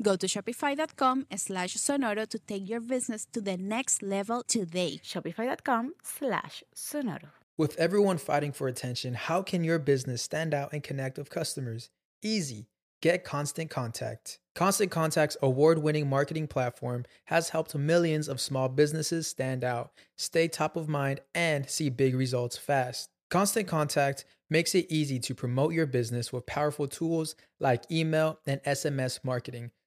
Go to shopify.com slash sonoro to take your business to the next level today. Shopify.com slash sonoro. With everyone fighting for attention, how can your business stand out and connect with customers? Easy. Get Constant Contact. Constant Contact's award winning marketing platform has helped millions of small businesses stand out, stay top of mind, and see big results fast. Constant Contact makes it easy to promote your business with powerful tools like email and SMS marketing,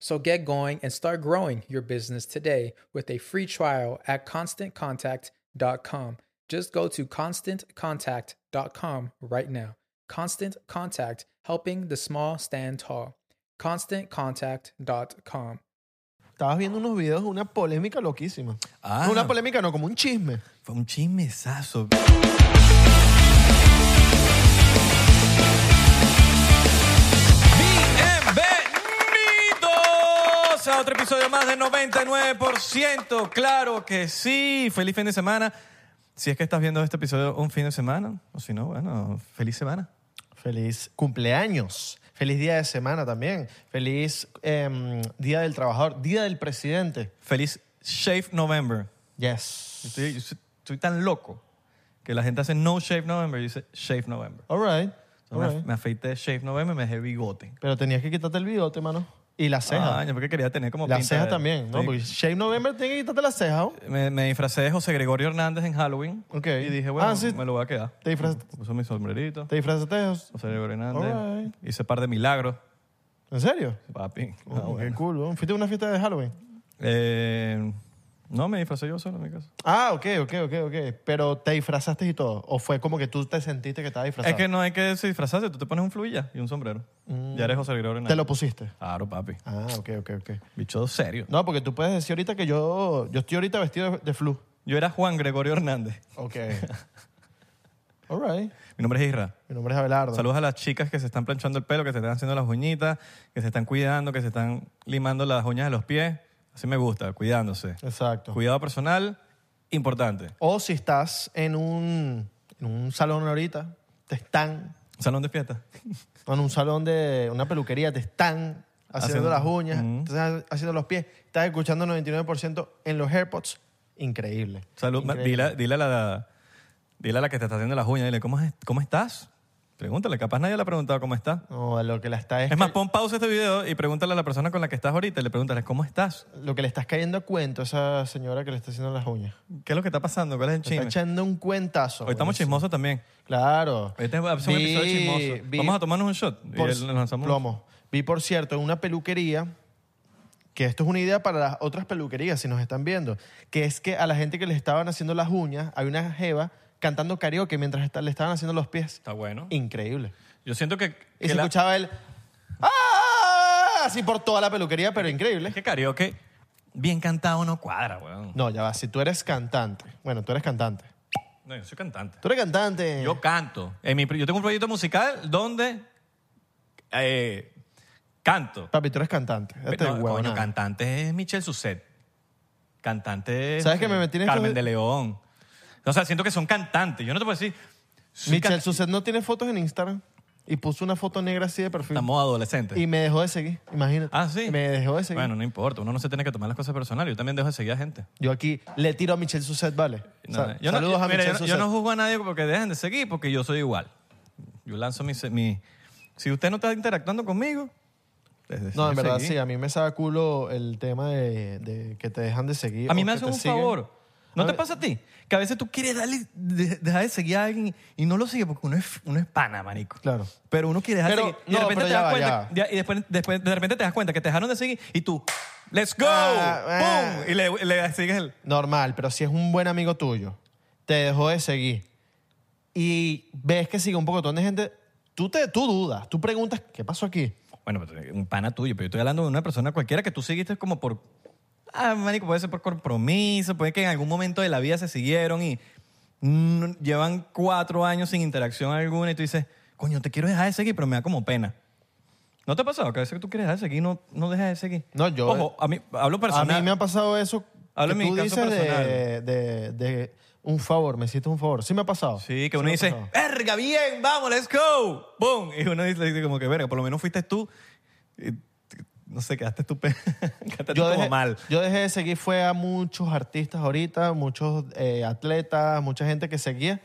So get going and start growing your business today with a free trial at constantcontact.com. Just go to constantcontact.com right now. Constant Contact, helping the small stand tall. ConstantContact.com. Estabas viendo unos videos de una polémica loquísima. Ah. No una polémica, no, como un chisme. Fue un chismesazo. Bienvenidos a otro episodio más de 99%. Claro que sí. Feliz fin de semana. Si es que estás viendo este episodio un fin de semana, o si no, bueno, feliz semana. Feliz cumpleaños. Feliz día de semana también. Feliz em, día del trabajador. Día del presidente. Feliz Shave November. Yo Yes. Estoy, yo estoy- estoy tan loco que la gente hace No Shave November y dice Shave November. All right. Entonces all me, right. me afeité Shave November y me dejé bigote. Pero tenías que quitarte el bigote, mano. Y la ceja. Ah, yo porque quería tener como la pinta ceja de- también, ¿no? estoy- Porque Shave November tiene que quitarte la ceja, ¿o? me, me disfracé de José Gregorio Hernández en Halloween. Ok. Y dije, bueno, Ah, sí. me lo voy a quedar. Te disfraz- Puse mi sombrerito. ¿Te disfrazaste de eso? José Gregorio Hernández. All right. Hice par de milagros. ¿En serio? Papi. Ah, Oh, Qué bueno. cool, ¿no? ¿Fuiste a una fiesta de Halloween? Eh, no, me disfracé yo solo en mi casa. Ah, ok, ok, ok, ok. Pero te disfrazaste y todo. ¿O fue como que tú te sentiste que estabas disfrazado? Es que no hay que disfrazarse. Tú te pones un fluilla y un sombrero. Ya eres José Gregorio Hernández. Mm. Te lo pusiste. Claro, papi. Ah, ok, ok, ok. Bicho serio. No, porque tú puedes decir ahorita que yo, yo estoy ahorita vestido de, de flu. Yo era Juan Gregorio Hernández. Ok. All right. Mi nombre es Isra. Mi nombre es Abelardo. Saludos a las chicas que se están planchando el pelo, que se están haciendo las uñitas, que se están cuidando, que se están limando las uñas de los pies. Así me gusta, cuidándose. Exacto. Cuidado personal, importante. O si estás en un, en un salón ahorita, te están, Salón de fiesta. o en un salón de una peluquería, te están haciendo Haciendo- las uñas, Mm. te están haciendo los pies, estás escuchando 99% en los AirPods. Increíble. Salud. ma- Increíble. Dile, dile a la, dile a la que te está haciendo las uñas, dile, ¿cómo, es- cómo estás? Pregúntale, capaz nadie le ha preguntado cómo está. No, lo que la está Es, es, más, que- pon pausa este video y pregúntale a la persona con la que estás ahorita y le pregúntale, ¿cómo estás? lo que le estás cayendo a cuento a esa señora que le está haciendo las uñas. ¿Qué es lo que está pasando? ¿Cuál es el Le está chisme? echando un cuentazo. Hoy estamos Buenísimo. chismosos también. Claro. Este es un episodio Vi- chismoso. vi- Vamos a tomarnos un shot y por- le- le lanzamos un- plomo. Vi, por cierto, en una peluquería, que esto es una idea para las otras peluquerías, si nos están viendo, que es que a la gente que le estaban haciendo las uñas, hay una jeva cantando karaoke mientras está- le estaban haciendo los pies. Está bueno. Increíble. Yo siento que, Y que se la- escuchaba el... ¡Ah! así por toda la peluquería, pero increíble. Es que karaoke, bien cantado no cuadra, weón. No, ya va, si tú eres cantante. Bueno, tú eres cantante. No, yo soy cantante. Tú eres cantante. Yo canto. En mi, pro- yo tengo un proyecto musical donde eh, canto. Papi, tú eres cantante. Este no, huevo, coño, nada. cantante es Michelle Suset. Cantante es ¿Sabes que eh, me metí en esto Carmen de- de León. O sea, siento que son cantantes. Yo no te puedo decir... soy Michelle cantante. Suset no tiene fotos en Instagram y puso una foto negra así de perfil. Estamos adolescentes. Y me dejó de seguir, imagínate. Ah, sí. Me dejó de seguir. Bueno, no importa. Uno no se tiene que tomar las cosas personales. Yo también dejo de seguir a gente. Yo aquí le tiro a Michelle Suset, ¿vale? O sea, No, yo no- saludos a mira, Michelle yo no- Suset. yo, no juzgo a nadie porque dejen de seguir porque yo soy igual. Yo lanzo mi... se- mi si usted no está interactuando conmigo... desde No, en seguir. verdad sí, a mí me saca culo el tema de, de que te dejan de seguir. A mí o me que hacen te un siguen. favor. ¿No A te ver. pasa a ti? Que a veces tú quieres darle, de- dejar de seguir a alguien y no lo sigue porque uno es, uno es pana, marico. Claro. Pero uno quiere dejar Pero, de seguir. Y de no, repente pero te ya das va, cuenta. ya- y después, después de repente te das cuenta que te dejaron de seguir y tú, let's go, Ah, boom. Y le, le sigues el. Normal, pero si es un buen amigo tuyo, te dejó de seguir y ves que sigue un pocotón de gente, tú, te, tú dudas, tú preguntas, ¿qué pasó aquí? Bueno, pero un pana tuyo, pero yo estoy hablando de una persona cualquiera que tú seguiste como por. Ah, marico, puede ser por compromiso, puede que en algún momento de la vida se siguieron y mm, llevan cuatro años sin interacción alguna y tú dices, coño, te quiero dejar de seguir, pero me da como pena. ¿No te ha pasado que a veces tú quieres dejar de seguir y no, no dejas de seguir? No, yo- Ojo, a mí, hablo personal. A mí me ha pasado eso Hablo que en mi tú caso dices de, personal. de- de un favor, me hiciste un favor. Sí me ha pasado. Sí, Sí que uno me ha dice, pasado. verga, bien, vamos, let's go. Boom. Y uno dice, dice como que, verga, por lo menos fuiste tú. Y, no sé, quedaste tú, pe- quedaste tú Yo como dejé, mal. yo dejé de seguir fue a muchos artistas ahorita, muchos eh, atletas, mucha gente que seguía,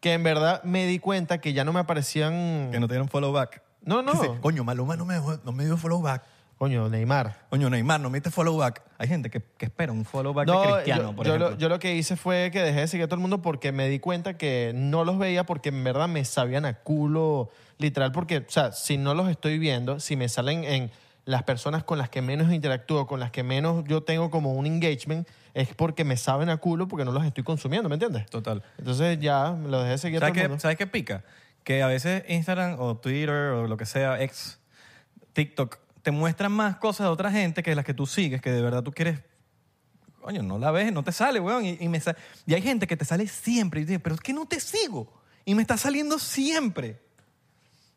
que en verdad me di cuenta que ya no me aparecían... Que no te dieron follow back. No, no. Dice, coño, Maluma no me, dejó- no me dio follow back. Coño, Neymar. Coño, Neymar, no me diste follow back. Hay gente que, que espera un follow back de No, Cristiano, yo, por yo ejemplo. lo, yo lo que hice fue que dejé de seguir a todo el mundo porque me di cuenta que no los veía porque en verdad me sabían a culo, literal, porque, o sea, si no los estoy viendo, si me salen en las personas con las que menos interactúo, con las que menos yo tengo como un engagement, es porque me saben a culo porque no los estoy consumiendo, ¿me entiendes? Total. Entonces ya me los dejé de seguir a todo ¿Sabes el qué, mundo. ¿Sabes qué pica? Que a veces Instagram o Twitter o lo que sea, ex, TikTok, te muestran más cosas de otra gente que las que tú sigues, que de verdad tú quieres. Coño, no la ves, no te sale, weón. Y, y me sa- y hay gente que te sale siempre. Y dice, pero es que no te sigo. Y me está saliendo siempre.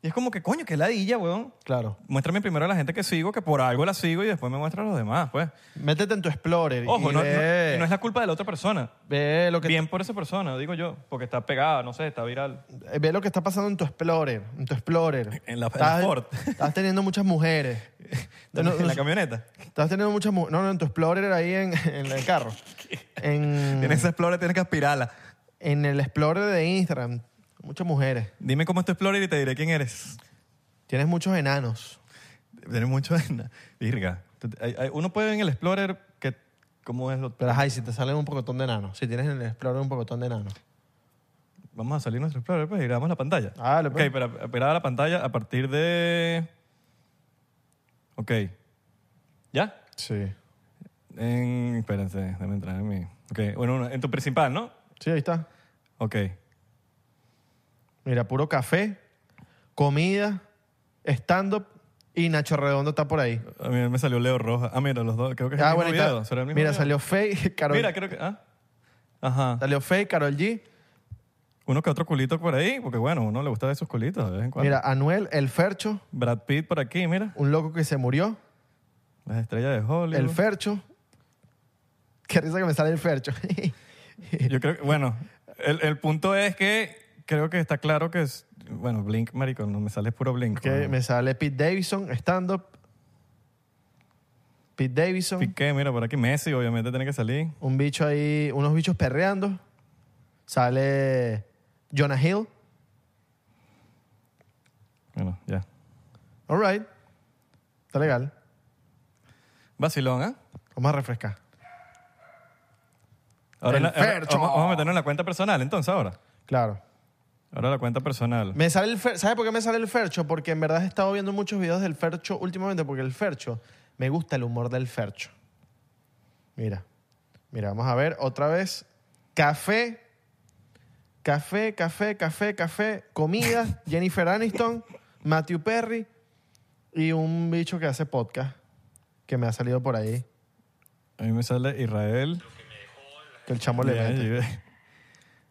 Y es como que, coño, que ladilla, weón. Claro. Muéstrame primero a la gente que sigo, que por algo la sigo y después me muestra a los demás, pues. Métete en tu Explorer Ojo, y no, no- ve, y no es la culpa de la otra persona. ve lo que Bien por esa persona, digo yo, porque está pegada, no sé, está viral. Eh, ve lo que está pasando en tu Explorer, en tu Explorer. En la- en la Estás- Ford. Estás teniendo muchas mujeres. No, no, en la camioneta. Estás teniendo muchas mujeres. No, no, en tu Explorer ahí en, en el carro. En, En esa Explorer tienes que aspirarla. en el Explorer de Instagram, muchas mujeres. Dime cómo es tu Explorer y te diré quién eres. Tienes muchos enanos. Tienes mucho... Virga. Tú- hay- hay- Uno puede ver en el Explorer que... ¿Cómo es lo...? Pero ay, si te salen un pocotón de enanos. Si tienes en el Explorer un pocotón de enanos. Vamos a salir nuestro Explorer, pues, y grabamos la pantalla. Ah, lo Ok, puedo. pero aspirar a la pantalla a partir de... Ok. ¿Ya? Sí. En... Espérense, déjame entrar en mi... Ok, bueno, en tu principal, ¿no? Sí, ahí está. Ok. Mira, puro café, comida, stand-up y Nacho Redondo está por ahí. A mí me salió Leo Roja. Ah, mira, los dos. Creo que es Ah, el mismo bueno, ahí está. video. ¿Será el mismo Mira, video? salió Faye, Carol, Mira, creo que... ah. Ajá. salió Faye, Carol G. Uno que otro culito por ahí, porque bueno, a uno le gusta ver sus culitos de vez en cuando. Mira, Anuel, El Fercho, Brad Pitt por aquí, mira. un loco que se murió. Las estrellas de Hollywood. El Fercho. Qué risa que me sale el Fercho. Yo creo que, bueno, el, el punto es que creo que está claro que es. Bueno, Blink, marico, no me sale puro Blink. que me sale Pete Davidson, stand-up. Pete Davidson. Piqué, mira, por aquí Messi, obviamente tiene que salir. Un bicho ahí, unos bichos perreando. Sale Jonah Hill. Bueno, ya. All right. Está legal. Vacilón, ¿ah? Vamos a refrescar. Ahora, El la- ahora- Fercho. vamos, vamos a meternos en la cuenta personal, entonces, ahora. Claro. Ahora la cuenta personal. Me sale el Fer- ¿Sabes por qué me sale el Fercho? Porque en verdad he estado viendo muchos videos del Fercho últimamente, porque el Fercho, me gusta el humor del Fercho. Mira, mira, vamos a ver otra vez. Café, café, café, café, café, comida, Jennifer Aniston, Matthew Perry y Y un bicho que hace podcast, que me ha salido por ahí, A mí me sale Israel. que el chamo le Ya, mete. llegué.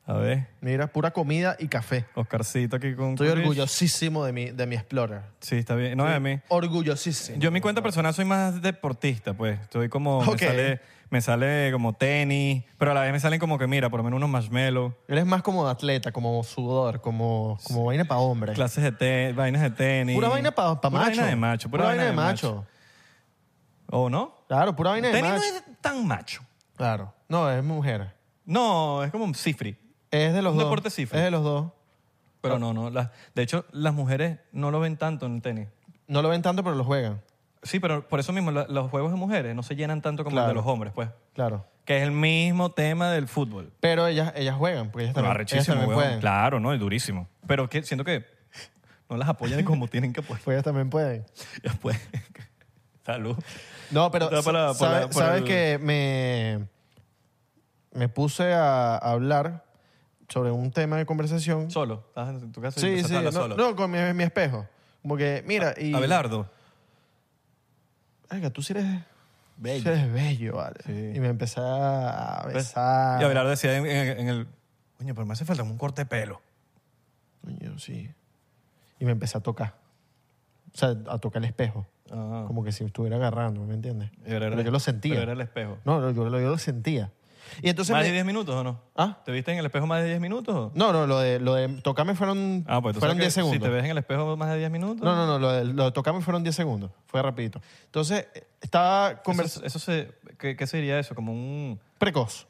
A ver, Mira, pura comida y café. Oscarcito aquí con... Estoy Curish. orgullosísimo de mi, de mi Explorer. Sí, está bien. No, a mí... Orgullosísimo. Yo en mi cuenta personal soy más deportista, pues. Estoy como... Ok. Me, sale, me sale como tenis, pero a la vez me salen como que, mira, por lo menos unos marshmallows, Eres más como atleta, como sudor, como, como vaina para hombre. clases de tenis, vainas de tenis. Pura vaina para Pura macho. vaina de macho. Pura, vaina, de macho. ¿O no? Claro, pura vaina de Tenis no macho. es tan macho. Claro. No, es mujer. No, es como un cifri. Es de los Un dos. deporte cifre. Es de los dos. Ah. Pero no, no. las- de hecho, las mujeres no lo ven tanto en el tenis. No lo ven tanto, pero lo juegan. Sí, pero por eso mismo la- los juegos de mujeres no se llenan tanto como Claro. el de los hombres, pues. Claro. Que es el mismo tema del fútbol. Pero ellas, ellas juegan, porque ellas Pero también, ellas arrechísimo, también weón. pueden. Claro, ¿no? Es durísimo. Pero que, siento que no las apoyan como tienen que apoyar. Pues ellas también pueden. Ya pues. Salud. No, pero Está para- sa- para- sabes, para sabes el- que me, me puse a hablar sobre un tema de conversación. Solo. Estás en tu casa y sí, empezaste sí, a no, hablar solo. Ah, no, con mi, mi espejo. Como que, mira, y... Abelardo. Venga, tú sí eres... Bello. sí eres bello, vale. Y me empecé a ¿Ves? besar. Pues, Y Abelardo decía en, en- en el... Coño, pero me hace falta un corte de pelo. Coño, sí. Y me empecé a tocar. O sea, a tocar el espejo. Ah. Como que si me estuviera agarrando, ¿me entiendes? Pero era- Pero yo lo sentía. pero era el espejo. No, no, yo, lo- yo lo sentía. Y entonces... ¿Más me- de 10 minutos o no? ¿Ah? ¿Te viste en el espejo más de 10 minutos? o? No, no, lo de, lo de tocarme fueron, Ah, pues tú fueron sabes que 10 segundos. Si te ves en el espejo más de 10 minutos. No, no, no, lo de, lo de tocarme fueron 10 segundos. Fue rapidito. Entonces, eh, estaba Eso, conversando... eso se, ¿qué, qué sería eso? Como un Precoz.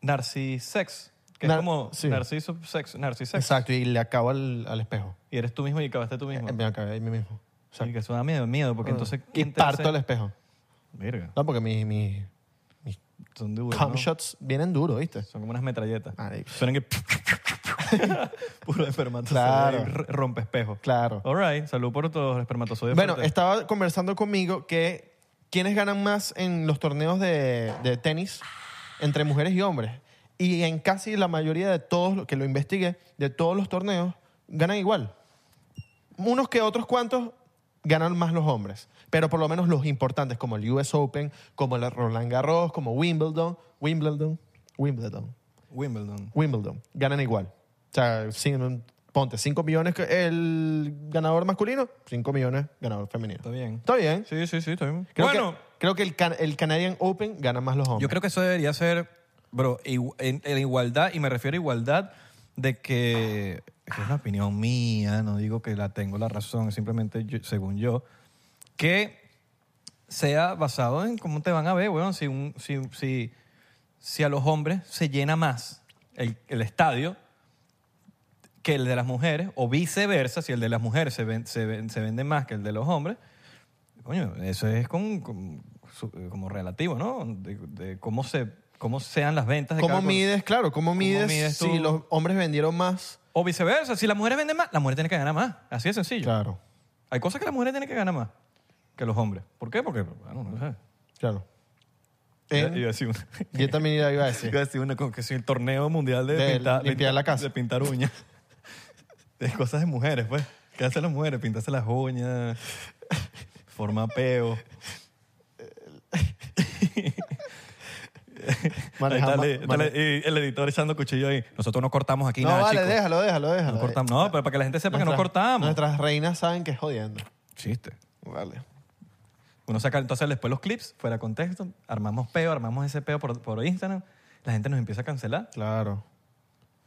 narcisex. Que Nar- es como sí. narciso sex, narcisex. Exacto, y le acabo al, al espejo. Y eres tú mismo y acabaste tú mismo. Eh, Me acabé ahí mismo. Y que eso da miedo, miedo, porque entonces... Y ¿quién te parto hace? al espejo. Verga, No, porque mis mi, son duros, cum ¿no? shots vienen duros, ¿viste? Son como unas metralletas. Marico. Suenan que... Puro espermatozoide Claro. y r- rompe espejo. Claro. All right, salud por todos los espermatozoides. Bueno, fuertes. estaba conversando conmigo que quiénes ganan más en los torneos de, de tenis entre mujeres y hombres. Y en casi la mayoría de todos, los que lo investigué, de todos los torneos, ganan igual. Unos que otros cuantos ganan más los hombres. Pero por lo menos los importantes, como el US Open, como la Roland Garros, como Wimbledon, Wimbledon, Wimbledon. Wimbledon. Wimbledon. Ganan igual. O sea, sin- ponte 5 millones que- el ganador masculino, 5 millones ganador femenino. Está bien. Está bien. Sí, sí, sí, está bien. Creo bueno, que, creo que el, Can- el Canadian Open gana más los hombres. yo creo que eso debería ser, bro, igu- en, en igualdad, y me refiero a igualdad de que, que es una opinión mía, no digo que la tengo la razón, es simplemente yo- según yo, que sea basado en cómo te van a ver, weón. Si, un- si, si, si a los hombres se llena más el, el estadio que el de las mujeres, o viceversa, si el de las mujeres se, ven- se, ven- se vende más que el de los hombres, coño, eso es con, con- su- eh, como relativo, ¿no? De, de cómo, se, cómo sean las ventas de ¿Cómo cada cosa. mides? Claro, ¿cómo mides, mides tú? si los hombres vendieron más? O viceversa, si las mujeres venden más, las mujeres tienen que ganar más. Así de sencillo. Claro, Hay cosas que las mujeres tienen que ganar más que los hombres. ¿Por qué? Porque, bueno, no sé. claro. Iba- En- iba a decir una- yo también iba a Iba decir. a decir una cosa, que si el torneo mundial de, De pintar, limpiar la casa. De pintar uñas. De cosas de mujeres, pues. ¿Qué hacen las mujeres? Pintarse las uñas, formar peo. Ahí Manejar está, ma- el- está mane- el- y el editor echando cuchillo ahí. Nosotros no cortamos aquí no, eh, nada, vale, chicos. déjalo, eh". déjalo, déjalo. No, cortamos. no, pero para que la gente sepa que no Nuestras- cortamos. Nuestras reinas saben que es jodiendo. Chiste. Vale. Uno saca entonces después los clips, fuera de contexto, armamos peo, armamos ese peo por, por Instagram, la gente nos empieza a cancelar. Claro.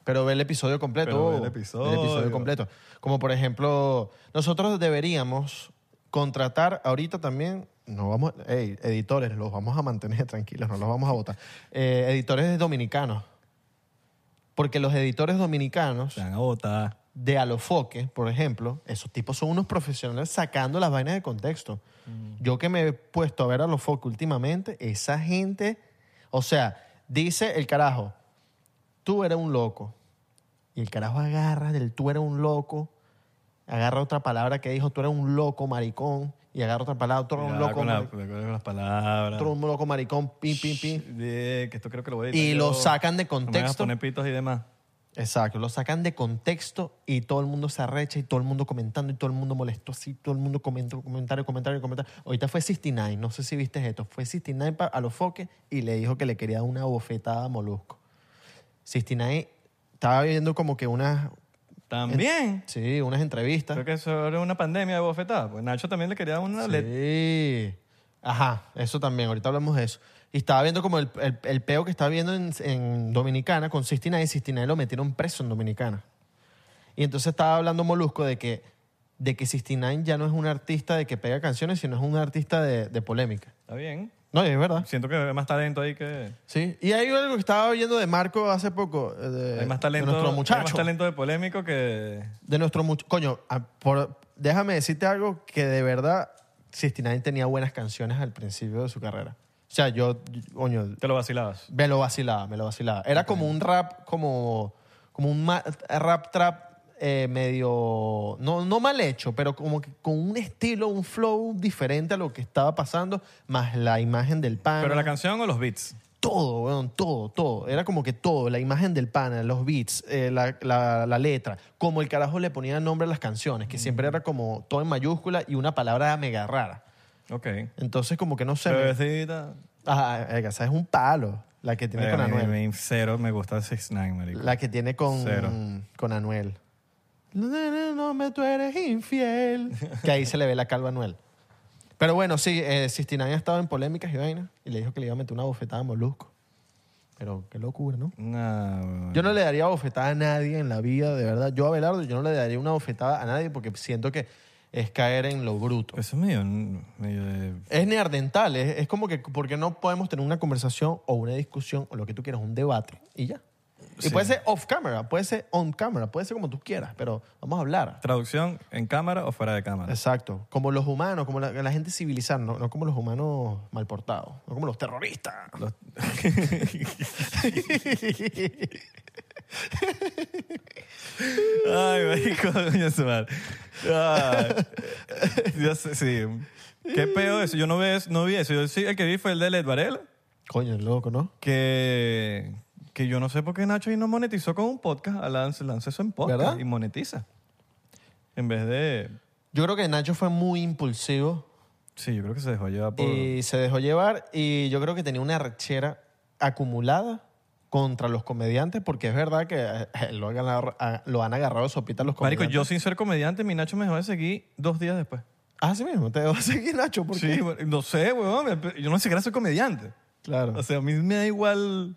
Pero ve el episodio completo. Pero ve el Bobo. episodio. Ve el episodio completo. Como por ejemplo, nosotros deberíamos contratar ahorita también. No vamos, ey, editores, los vamos a mantener tranquilos, no los vamos a votar. Eh, editores dominicanos. Porque los editores dominicanos Se van a botar. de Alofoque, por ejemplo, esos tipos son unos profesionales sacando las vainas de contexto. Mm. Yo que me he puesto a ver Alofoque últimamente, esa gente, o sea, dice el carajo, tú eres un loco. Y el carajo agarra del tú eres un loco, agarra otra palabra que dijo, tú eres un loco maricón, y agarra otra palabra, tú eres un Cuidado loco con, la- maricón, con las palabras. tú eres un loco maricón, pim, pim, pim. De- que esto creo que lo voy a Y editar lo yo. sacan de No me vas a contexto. poner pitos y demás. Exacto, lo sacan de contexto y todo el mundo se arrecha y todo el mundo comentando y todo el mundo molesto así, todo el mundo comenta, comentario, comentario, comentario. Ahorita fue 69, no sé si viste esto, fue 69 pa- a los foques y le dijo que le quería dar una bofetada a Molusco. 69 estaba viendo como que unas, También. sí, unas entrevistas. Creo que eso era una pandemia de bofetada. Pues Nacho también le quería dar una le- Sí. Ajá, eso también, ahorita hablamos de eso. Y estaba viendo como el, el, el peo que estaba viendo en, en Dominicana con Sistina y Sistina lo metieron preso en Dominicana. Y entonces estaba hablando Molusco de que, de que Sistina ya no es un artista de que pega canciones, sino es un artista de, de polémica. Está bien. No, y es verdad. Siento que hay más talento ahí que... Sí. Y hay algo que estaba oyendo de Marco hace poco. eh, De, Hay más de talento, nuestro muchacho. hay más talento de polémico que... de nuestro mucho coño a- por- déjame decirte algo que de verdad Sistinain tenía buenas canciones al principio de su carrera o sea yo coño Te lo vacilabas. me lo vacilaba me lo vacilaba era como un rap como como un ma- rap trap eh, medio no, no mal hecho pero como que con un estilo un flow diferente a lo que estaba pasando más la imagen del pan ¿Pero la canción o los beats? todo, weón, todo, todo. Era como que todo, la imagen del pana, los beats, eh, la, la- la letra, como el carajo le ponía nombre a las canciones, que siempre era como todo en mayúscula y una palabra mega rara. Ok. Entonces como que no sé... me- Bebecita. Ajá, verga, esa es un palo, la que tiene Oye, con a mí- Anuel. a mí Cero me gusta Six Nine, marico. La que tiene con, Cero. con Anuel. No, no, no, no, me tú eres infiel. que ahí se le ve la calva a Anuel. Pero bueno, sí, eh, Sistina ha estado en polémicas y vainas y le dijo que le iba a meter una bofetada a Molusco. Pero qué locura, ¿no? Nah, weón. Yo no le daría bofetada a nadie en la vida, de verdad. Yo a Belardo, yo no le daría una bofetada a nadie porque siento que es caer en lo bruto. Eso es medio, medio de... Es neardental, es, es como que porque no podemos tener una conversación o una discusión o lo que tú quieras, un debate y ya. Y Sí. puede ser off camera, puede ser on camera, puede ser como tú quieras, pero vamos a hablar. Traducción en cámara o fuera de cámara. Exacto, como los humanos, como la, la gente civilizada, no, no como los humanos malportados, no como los terroristas. Los- Ay, marico, coño su madre. Ay, yo sé, sí. Qué peo eso. Yo no, ve, no vi eso. Yo sí, el que vi fue el de Led Varela, Coño, loco, ¿no? que, que yo no sé por qué Nacho ahí no monetizó con un podcast. Ah, Lanza lanza eso en podcast ¿Verdad? y monetiza. En vez de... Yo creo que Nacho fue muy impulsivo Sí, yo creo que se dejó llevar por... Y se dejó llevar y yo creo que tenía una rechera acumulada contra los comediantes porque es verdad que eh, lo han agarrado, a- lo han agarrado de sopita los Marico, comediantes. yo sin ser comediante, mi Nacho me dejó de seguir dos días después. Ah, sí mismo, te debo seguir, Nacho, porque... Sí, bueno, no sé, weón. Yo no sé siquiera soy comediante. Claro. O sea, a mí me da igual.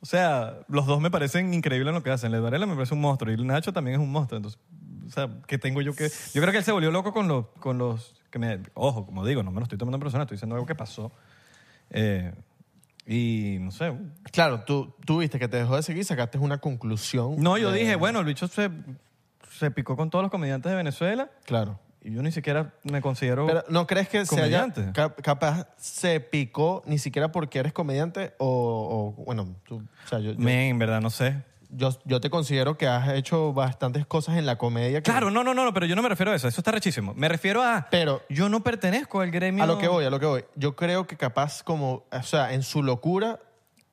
O sea, los dos me parecen increíbles en lo que hacen. Led Varela me parece un monstruo y el Nacho también es un monstruo. Entonces, o sea, ¿qué tengo yo que.? Yo creo que él se volvió loco con los. Con los que me, ojo, como digo, no me lo estoy tomando en persona, estoy diciendo algo que pasó. Eh, y no sé. Claro, tú, tú viste que te dejó de seguir y sacaste una conclusión. No, yo de- dije, bueno, el bicho se, se picó con todos los comediantes de Venezuela Claro. y yo ni siquiera me considero. Pero ¿no crees que se haya... Comediante. cap- capaz se picó ni siquiera porque eres comediante o... o, bueno, tú... O sea, yo, yo, Men, en verdad, no sé. yo, yo te considero que has hecho bastantes cosas en la comedia. que- Claro, no, no, no, no, pero yo no me refiero a eso. Eso está rechísimo. Me refiero a. Pero- Yo no pertenezco al gremio. A lo que voy, a lo que voy. Yo creo que capaz como, o sea, en su locura,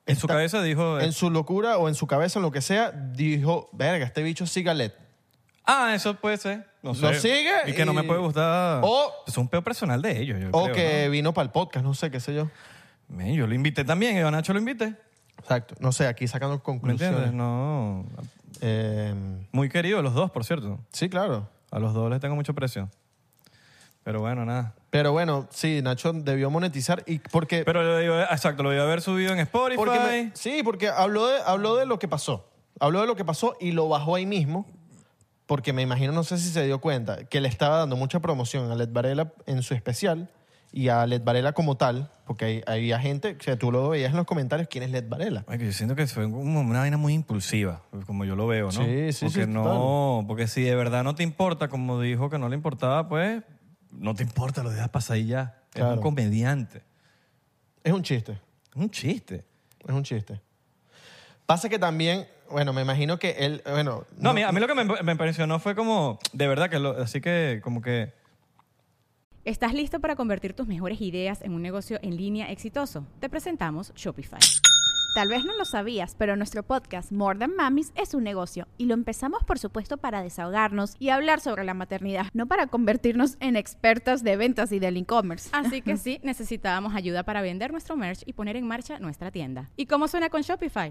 En su está- cabeza dijo. en su locura o en su cabeza, en lo que sea, dijo, verga, este bicho sigue a LED. Ah, eso puede ser. No sé. Lo sigue Y que no me y- puede gustar. O- Es un peo personal de ellos. Yo O creo, que vino para el podcast, no sé, qué sé yo. ¿no? Men, yo lo invité también. Yo a Nacho lo invité. Exacto, no sé, aquí sacando ¿Me entiendes? conclusiones. No. Eh, Muy querido los dos, por cierto. sí, claro. A los dos les tengo mucho precio. Pero bueno, nada. Pero bueno, sí, Nacho debió monetizar y porque... Pero lo iba- exacto, lo iba a haber subido en Spotify. porque me- sí, porque habló de, habló de lo que pasó. Habló de lo que pasó y lo bajó ahí mismo. Porque me imagino, no sé si se dio cuenta, que le estaba dando mucha promoción a Led Varela en su especial y a Led Varela como tal. Porque hay- había gente, o sea, tú lo veías en los comentarios, ¿quién es Led Varela? Ay, que yo siento que fue como una vaina muy impulsiva, como yo lo veo, ¿no? Sí, sí, porque sí, no, porque si de verdad no te importa, como dijo que no le importaba, pues no te importa, lo dejas pasar y ya. Es Claro. un comediante. Es un chiste, Es un chiste. es un chiste. Pasa que también, bueno, me imagino que él, bueno... No, a mí- a mí lo que me, me impresionó fue como, de verdad que, lo- así que como que ¿Estás listo para convertir tus mejores ideas en un negocio en línea exitoso? Te presentamos Shopify. Tal vez no lo sabías, pero nuestro podcast More Than Mamis es un negocio y lo empezamos por supuesto para desahogarnos y hablar sobre la maternidad, no para convertirnos en expertas de ventas y del e-commerce. Ah, Así que sí, necesitábamos ayuda para vender nuestro merch y poner en marcha nuestra tienda. ¿Y cómo suena con Shopify?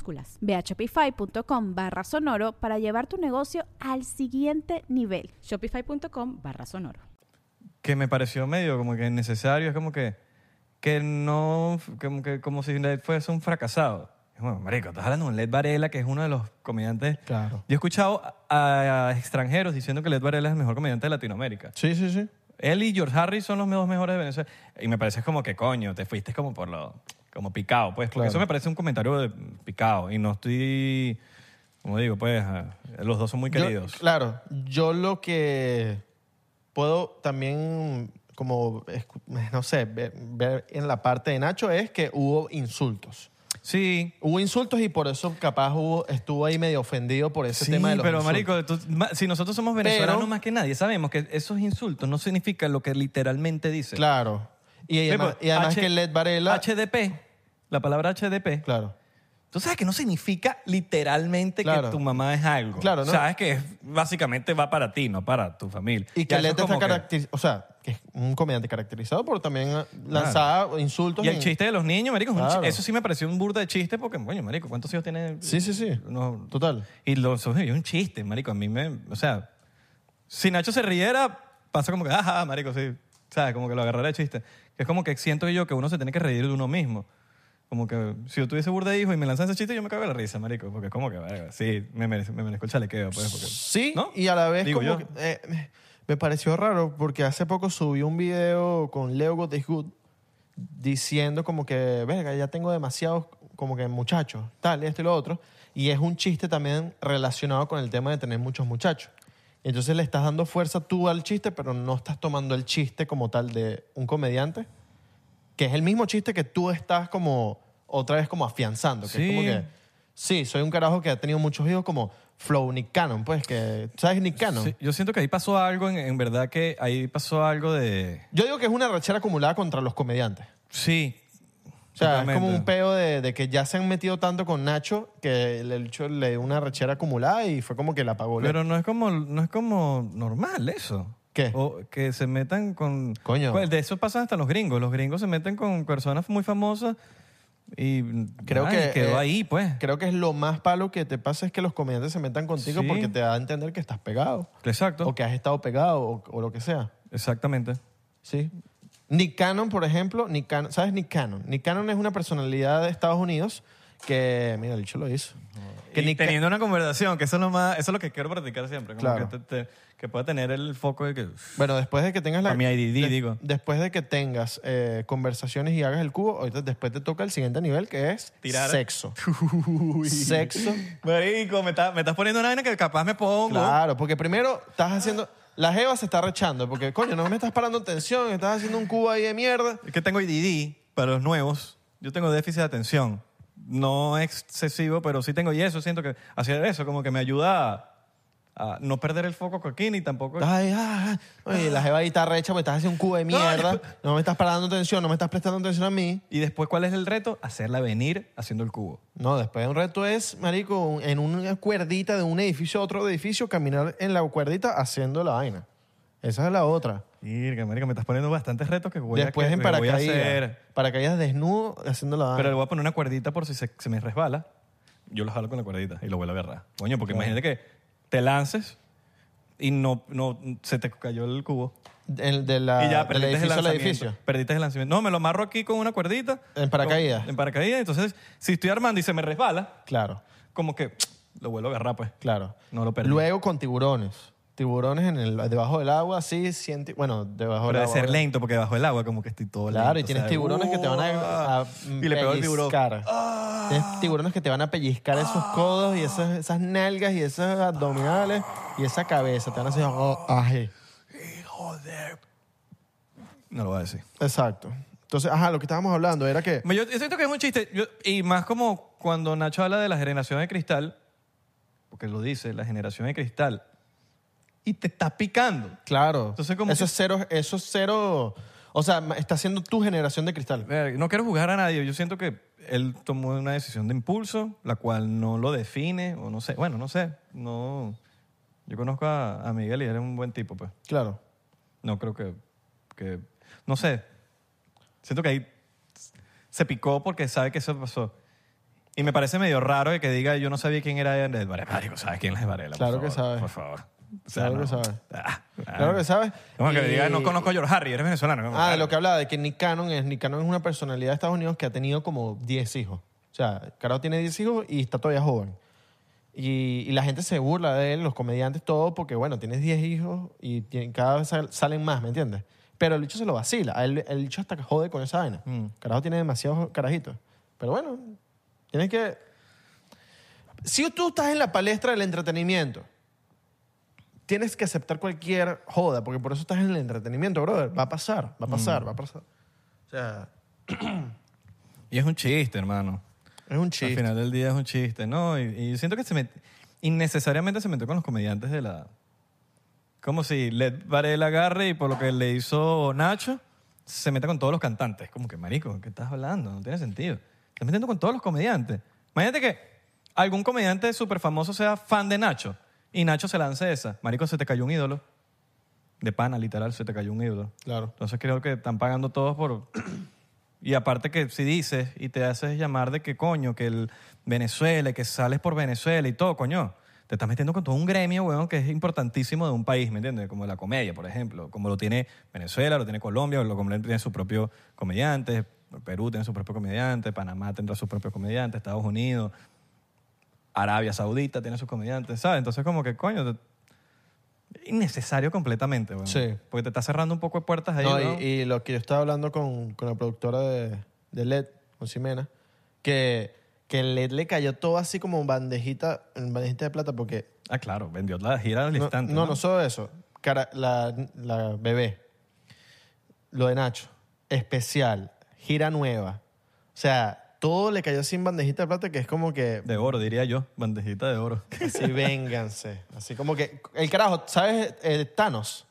Ve a shopify.com barra sonoro para llevar tu negocio al siguiente nivel. Shopify.com barra sonoro. que me pareció medio como que necesario, es como que, que no, como, que, como si Led fuese un fracasado. Es Bueno, marico, estás hablando con Led Varela, que es uno de los comediantes. Claro. Yo he escuchado a, a extranjeros diciendo que Led Varela es el mejor comediante de Latinoamérica. Sí, sí, sí. Él y George Harris son los dos mejores de Venezuela. Y me parece como que, coño, te fuiste como por lo... Como picado, pues. Porque Claro. eso me parece un comentario de picado. Y no estoy... Como digo, pues, ah, los dos son muy Yo- queridos. claro, yo lo que puedo también, como, escu- no sé, ver, ver en la parte de Nacho es que hubo insultos. sí, Hubo insultos y por eso capaz hubo, estuvo ahí medio ofendido por ese Sí, tema de los pero insultos. marico, tú- ma- si nosotros somos venezolanos Pero- más que nadie, sabemos que esos insultos no significan lo que literalmente dice. Claro. Y Sí, además, pues, y además H- que Led Varela... HDP, la palabra HDP. Claro. Tú sabes que no significa literalmente Claro. que tu mamá es algo. Claro, ¿no? Sabes que es- básicamente va para ti, no para tu familia. Y que Ya eso Led es está como que- caracterizado, o sea, que es un comediante caracterizado por también lanzar insultos. Y el en- chiste de los niños, marico, es un chi- Claro. eso sí me pareció un burda de chiste porque, bueno, marico, ¿cuántos hijos tiene? Sí, sí, sí. No- Total. Y lo eso es un chiste, marico. A mí me... O sea, si Nacho se riera, pasa como que, ajá, marico, sí. ¿Sabes? Como que lo agarraré de chiste. Que es como que siento yo que uno se tiene que reír de uno mismo. Como que si yo tuviese burda de hijo y me lanzan ese chiste, yo me cago de la risa, marico. Porque es como que, verga, sí, me merezco, me merezco el chalequeo, pues. Porque, Sí, ¿no? y a la vez Digo como yo. que, eh, me- me pareció raro porque hace poco subí un video con Leo God is Good diciendo como que, verga, ya tengo demasiados como que muchachos, tal, esto y lo otro. Y es un chiste también relacionado con el tema de tener muchos muchachos. Entonces le estás dando fuerza tú al chiste, pero no estás tomando el chiste como tal de un comediante, que es el mismo chiste que tú estás como otra vez como afianzando. Que es como Sí. que, sí, soy un carajo que ha tenido muchos hijos como Flow Nick Cannon, pues que, ¿sabes Nick Cannon? Sí, yo siento que ahí pasó algo, en, en verdad que ahí pasó algo de... Yo digo que es una rachera acumulada contra los comediantes. Sí. O sea, es como totalmente. un peo de, de que ya se han metido tanto con Nacho que el el hecho le dio una rechera acumulada y fue como que la apagó. Pero no es como, no es como normal eso. ¿Qué? O que se metan con... Coño. Pues, De eso pasa hasta los gringos. Los gringos se meten con personas muy famosas y Creo ay, que, quedó eh, ahí, pues. Creo que es lo más palo que te pasa es que los comediantes se metan contigo Sí. porque te da a entender que estás pegado Exacto. o que has estado pegado o, o lo que sea. Exactamente. Sí. Nick Cannon, por ejemplo, Nick Cannon- ¿sabes Nick Cannon? Nick Cannon es una personalidad de Estados Unidos que, mira, el hecho lo hizo. Que y Nick Ca- teniendo una conversación, que eso es lo más, eso es lo que quiero practicar siempre. Como Claro. que, te- te- que pueda tener el foco de que... Bueno, después de que tengas la... Para mi IDD, de- digo. Después de que tengas eh, conversaciones y hagas el cubo, ahorita después te toca el siguiente nivel que es Tirar. sexo. Sexo. Marico, me, está- me estás poniendo una vaina que capaz me pongo. Claro, porque primero estás haciendo... La jeva se está rechando porque, coño, no me estás parando tensión, estás haciendo un cubo ahí de mierda. Es que tengo IDD para los nuevos. Yo tengo déficit de atención. No excesivo, pero sí tengo. Y eso siento que hacer eso como que me ayuda a, a no perder el foco aquí ni tampoco. Ay, ay, ay. ah, Oye, la jeva ahí está recha porque estás haciendo un cubo de mierda. No me estás parando tensión, no me estás prestando atención a mí. Y después, ¿cuál es el reto? Hacerla venir haciendo el cubo. No, después un reto es, marico, en una cuerdita de un edificio a otro edificio, caminar en la cuerdita haciendo la vaina. Esa es la otra. Irga, marica, me estás poniendo bastantes retos que voy a- después que- en que voy a paracaídas. Ah. hacer. Paracaídas desnudo haciendo la vaina. Pero le voy a poner una cuerdita por si se, se me resbala. Yo lo jalo con la cuerdita y lo vuelvo a agarrar. Coño, porque imagínate que te lances y no, no se te cayó el cubo. Del- de la, y ya Ah, del perdiste el edificio al lanzamiento. edificio. Perdiste el lanzamiento. No, me lo amarro aquí con una cuerdita. En paracaídas. Con- en paracaídas. Entonces, si estoy armando y se me resbala, Claro, como que lo vuelvo a agarrar, pues. claro. No lo perdí. Luego con tiburones. tiburones en el, debajo del agua, así, siente, bueno, debajo Pero del de agua. ser lento, porque bajo el agua como que estoy todo lento. Claro, y tienes ¿sabes? tiburones que te van a, a Y le pegó el tiburón. pellizcar. Tienes tiburones que te van a pellizcar esos codos y esas, esas nalgas y esos abdominales y esa cabeza. Te van a hacer... oh, ay. No lo voy a decir. Exacto. Entonces, ajá, lo que estábamos hablando era que... Yo, yo siento que es un chiste. yo- y más como cuando Nacho habla de la generación de cristal, porque lo dice, la generación de cristal, y te está picando. Claro. Entonces, como eso que- es cero, eso es cero. O sea, ma- está haciendo tu generación de cristal. Ver, No quiero juzgar a nadie. Yo siento que él tomó una decisión de impulso, la cual no lo define, o no sé. Bueno, no sé. No. Yo conozco a, a Miguel y él es un buen tipo, pues. Claro. No creo que, que- No sé. Siento que ahí se picó porque sabe que eso pasó. Y me parece medio raro de que diga yo no sabía quién era Edel Varela. Marico, ¿sabes quién es Varela? Por Claro que favor, sabe. Por favor. O Claro que sabe. Ah, ah. Claro que sabes. Como que Y- diga, no conozco a George Harry, eres venezolano. Como, Ah, de lo que hablaba de que Nick Cannon es, Nick Cannon es una personalidad de Estados Unidos que ha tenido como 10 hijos. O sea, Caro tiene 10 hijos y está todavía joven. Y, y la gente se burla de él, los comediantes, todo, porque bueno, tienes 10 hijos y tien- cada vez sal- salen más, ¿me entiendes? Pero el bicho se lo vacila. A él- El bicho hasta que jode con esa vaina. Carajo tiene demasiados carajitos. Pero bueno, tienes que. Si tú estás en la palestra del entretenimiento, tienes que aceptar cualquier joda, porque por eso estás en el entretenimiento, brother. Va a pasar, Mm. va a pasar, va a pasar. O sea, Y es un chiste, hermano. es un Al chiste. final del día es un chiste, ¿no? Y, y siento que se met- innecesariamente se metió con los comediantes de la... Como si Led Varela agarre y por lo que le hizo Nacho, se meta con todos los cantantes. Como que, marico, ¿qué estás hablando? No tiene sentido. Estás metiendo con todos los comediantes. Imagínate que algún comediante súper famoso sea fan de Nacho y Nacho se lance esa. Marico, se te cayó un ídolo. De pana, literal, se te cayó un ídolo. Claro. Entonces creo que están pagando todos por... Y aparte que si dices y te haces llamar de que coño, que el Venezuela, y que sales por Venezuela y todo, coño, te estás metiendo con todo un gremio, weón, que es importantísimo de un país, ¿me entiendes? Como la comedia, por ejemplo, como lo tiene Venezuela, lo tiene Colombia, lo Colombia tiene su propio comediante, Perú tiene su propio comediante, Panamá tendrá su propio comediante, Estados Unidos, Arabia Saudita tiene sus comediantes, ¿sabes? Entonces como que coño, te- innecesario completamente, weón. Sí. Porque te está cerrando un poco de puertas ahí, No, weón. y, y lo que yo estaba hablando con, con la productora de, de LED, con Ximena, que, que LED le cayó todo así como en bandejita, en bandejita de plata, porque Ah, claro, vendió la gira al no, instante. no, no solo eso. Cara- la, la bebé. Lo de Nacho. Especial. Gira nueva. O sea, todo le cayó sin bandejita de plata, que es como que. De oro, diría yo. Bandejita de oro. Así, vénganse. Así como que. El carajo, ¿sabes? Eh, Thanos.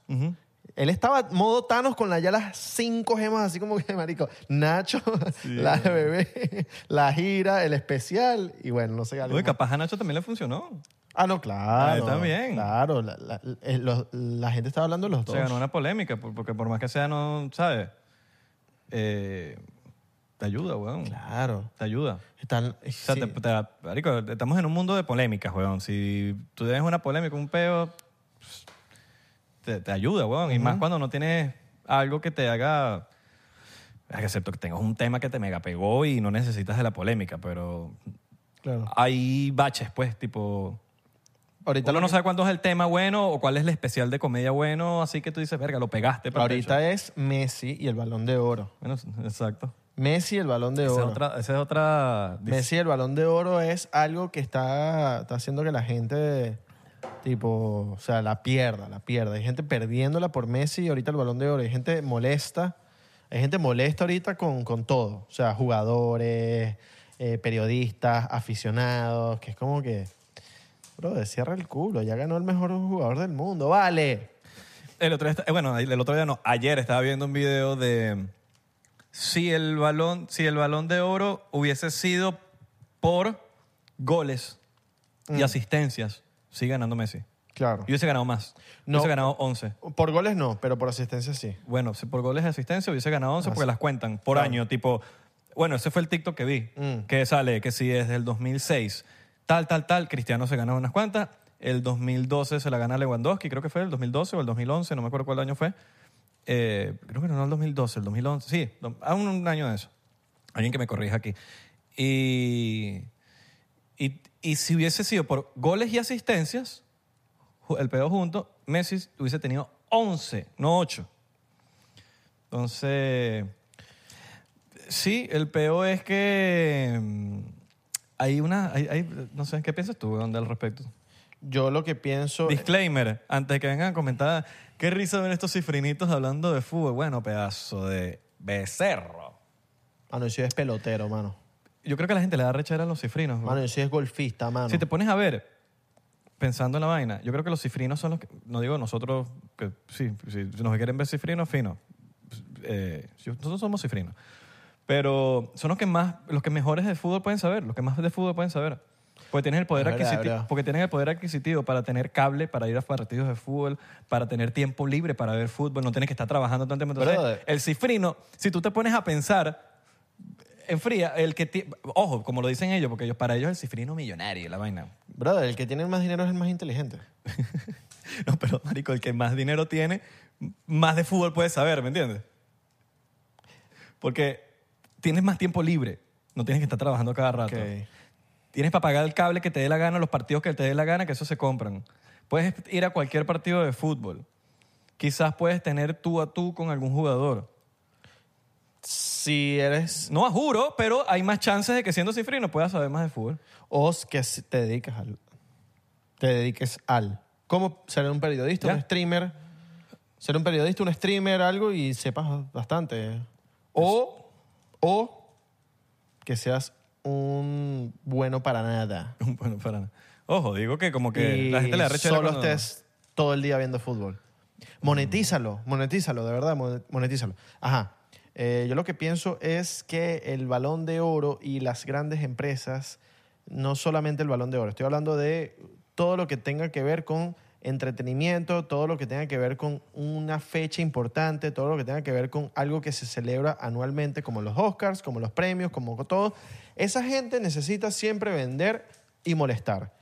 Él estaba modo Thanos con la, ya las cinco gemas, así como que, marico, Nacho, la bebé, la gira, el especial, y bueno, no sé. algo Uy, más. capaz a Nacho también le funcionó. Ah, no, claro. Ah, está bien. Claro, la, la- eh, los- la gente está hablando de los dos. Se ganó una polémica, por- porque por más que sea, no, ¿sabes? Eh, te ayuda, weón. Claro. Te ayuda. Están, O sea, sí. te- te- marico, estamos en un mundo de polémicas, weón. Si tú tienes una polémica, un peo, pues, te, te ayuda, weón. Y más cuando no tienes algo que te haga... Excepto que tengas un tema que te mega pegó y no necesitas de la polémica, pero Claro. hay baches, pues, tipo... Ahorita, Uno lo no que- sabe cuánto es el tema bueno o cuál es el especial de comedia bueno, así que tú dices, verga, lo pegaste. para el techo". ahorita es Messi y el balón de oro. Bueno, exacto. Messi y el balón de Esa es oro. otra... Esa es otra Messi y el balón de oro es algo que está, está haciendo que la gente, tipo, o sea, la pierda, la pierda. Hay gente perdiéndola por Messi y ahorita el balón de oro. Hay gente molesta. Hay gente molesta ahorita con, con todo. O sea, jugadores, eh, periodistas, aficionados, que es como que. Bro, cierra el culo, ya ganó el mejor jugador del mundo, vale. El otro día, esta- eh, bueno, el otro día no, ayer estaba viendo un video de si el balón, si el balón de oro hubiese sido por goles Mm. y asistencias, sigue ganando Messi. Claro. Yo hubiese ganado más. No. Hubiese ganado 11. Por goles no, pero por asistencia sí. Bueno, si por goles de asistencia hubiese ganado 11 porque las cuentan por año, tipo, bueno, ese fue el TikTok que vi, que sale que si desde el 2006, tal, tal, tal, Cristiano se ganó unas cuantas, el 2012 se la gana Lewandowski, creo que fue el 2012 o el 2011, no me acuerdo cuál año fue, Eh, creo que no, no el 2012, el 2011, sí, do- a un, un año de eso, alguien que me corrija aquí. Y, y, y si hubiese sido por goles y asistencias, ju- el pedo junto, Messi hubiese tenido 11, no 8. Entonces, sí, el peor es que mm, hay una, hay- hay- no sé, ¿qué piensas tú weón, al respecto? Yo lo que pienso. eh, Disclaimer, antes de que vengan a comentar, qué risa ven estos cifrinitos hablando de fútbol. Bueno, pedazo de becerro. Ah, no, yo soy pelotero, mano. Yo creo que a la gente le da rechera a los cifrinos. weón. Mano, yo soy golfista, mano. Si te pones a ver, pensando en la vaina, yo creo que los cifrinos son los que, no digo nosotros, que sí, si nos quieren ver cifrinos, fino. Eh, si- nosotros somos cifrinos. Pero son los que más, los que mejores de fútbol pueden saber, los que más de fútbol pueden saber. Porque tienen el poder Es verdad, adquisitivo, verdad. porque tienen el poder adquisitivo para tener cable, para ir a partidos de fútbol, para tener tiempo libre para ver fútbol, no tienes que estar trabajando tanto tiempo. Entonces, Brother. el cifrino, si tú te pones a pensar, enfría, el que ti- ojo, como lo dicen ellos, porque ellos para ellos el cifrino millonario, la vaina. Brother, el que tiene más dinero es el más inteligente. No, pero marico, el que más dinero tiene, m- más de fútbol puede saber, ¿me entiendes? Porque tienes más tiempo libre, no tienes que estar trabajando cada rato. Ok. Tienes para pagar el cable que te dé la gana, los partidos que te dé la gana, que eso se compran. Puedes ir a cualquier partido de fútbol. Quizás puedes tener tú a tú con algún jugador. Si eres. No a juro, pero hay más chances de que siendo cifrino puedas saber más de fútbol. O que si te dedicas al. Te dediques al. ¿Cómo ser un periodista, Ya. un streamer? Ser un periodista, un streamer, algo y sepas bastante. O. O. Que seas un bueno para nada. Bueno, para nada. Ojo, digo que como que y la gente le da rechera solo cuando- estés todo el día viendo fútbol. Monetízalo, monetízalo, de verdad, mon- monetízalo. Ajá. Eh, yo lo que pienso es que el balón de oro y las grandes empresas, no solamente el balón de oro, estoy hablando de todo lo que tenga que ver con entretenimiento, todo lo que tenga que ver con una fecha importante, todo lo que tenga que ver con algo que se celebra anualmente, como los Oscars, como los premios, como todo. Esa gente necesita siempre vender y molestar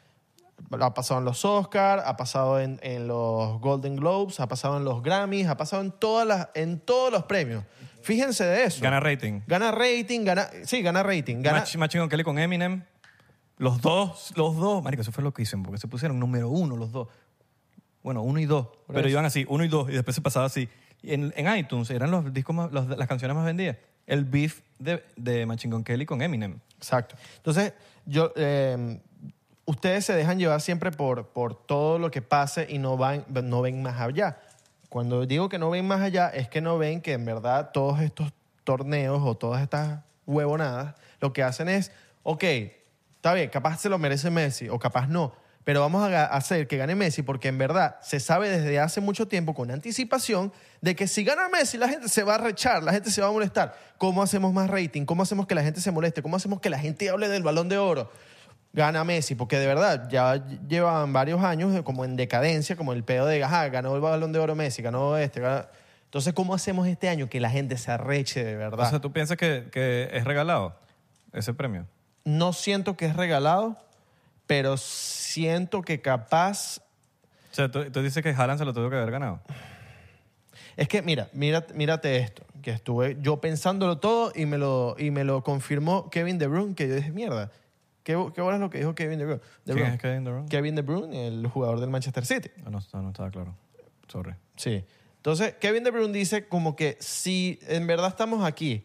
ha pasado en los Oscars, ha pasado en, en los Golden Globes, ha pasado en los Grammys, ha pasado en, todas las, en todos los premios. Fíjense de eso. Gana rating. Gana rating, gana, sí, gana rating. Gana, Mach- Machine Gun Kelly con Eminem. Los dos, los dos. Marico, eso fue lo que hicieron, porque se pusieron número uno los dos. Bueno, uno y dos. pero iban así, uno y dos, y después se pasaba así. Y en, en iTunes eran los discos más- los- las canciones más vendidas. El beef de, de Machine Gun Kelly con Eminem. Exacto. Entonces, yo, eh, ustedes se dejan llevar siempre por, por todo lo que pase y no, van, no ven más allá. Cuando digo que no ven más allá, es que no ven que en verdad todos estos torneos o todas estas huevonadas lo que hacen es, ok, está bien, capaz se lo merece Messi o capaz no, pero vamos a ga- hacer que gane Messi porque en verdad se sabe desde hace mucho tiempo con anticipación de que si gana Messi la gente se va a rechar, la gente se va a molestar. ¿Cómo hacemos más rating? ¿Cómo hacemos que la gente se moleste? ¿Cómo hacemos que la gente hable del balón de oro? Gana Messi, porque de verdad ya llevan varios años de- como en decadencia, como el pedo de, ajá, ganó el balón de oro Messi, ganó este. ganó-". Entonces, ¿cómo hacemos este año que la gente se arreche de verdad? O sea, ¿tú piensas que, que es regalado ese premio? no siento que es regalado, pero siento que capaz O sea, ¿tú, tú dices que Haaland se lo tuvo que haber ganado. Es que mira, mira, mírate esto, que estuve yo pensándolo todo y me lo, y me lo confirmó Kevin De Bruyne, que yo dije, mierda, ¿qué, qué bola es lo que dijo Kevin De Bruyne? De ¿Quién Bruyne. es Kevin De Bruyne? Kevin De Bruyne, el jugador del Manchester City. Ah, No, no, no estaba claro. Sorry. Sí. Entonces, Kevin De Bruyne dice como que si en verdad estamos aquí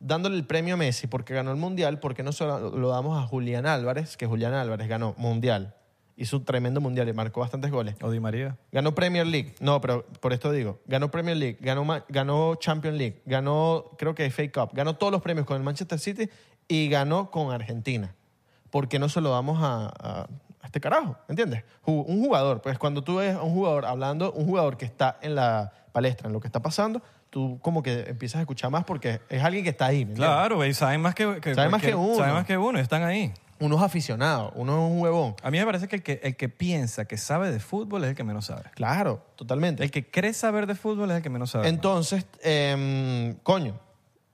dándole el premio a Messi porque ganó el Mundial, ¿por qué no se lo lo damos a Julián Álvarez? Que Julián Álvarez ganó Mundial. Hizo un tremendo Mundial y marcó bastantes goles. O Di María. Ganó Premier League. No, pero por esto digo. Ganó Premier League, ganó, ma- ganó Champions League, ganó, creo que Fake Cup. Ganó todos los premios con el Manchester City y ganó con Argentina. ¿Por qué no se lo damos a, a- a este carajo? ¿Entiendes? Ju- Un jugador. Pues cuando tú ves a un jugador hablando, un jugador que está en la palestra, en lo que está pasando, tú como que empiezas a escuchar más porque es alguien que está ahí. ¿me entiendes? Claro, güey, saben más que, que Saben más que cualquier- uno. Saben más que uno, están ahí. Uno es aficionado, uno es un huevón. A mí me parece que el, que el que piensa que sabe de fútbol es el que menos sabe. Claro, totalmente. El que cree saber de fútbol es el que menos sabe. Entonces, em, coño,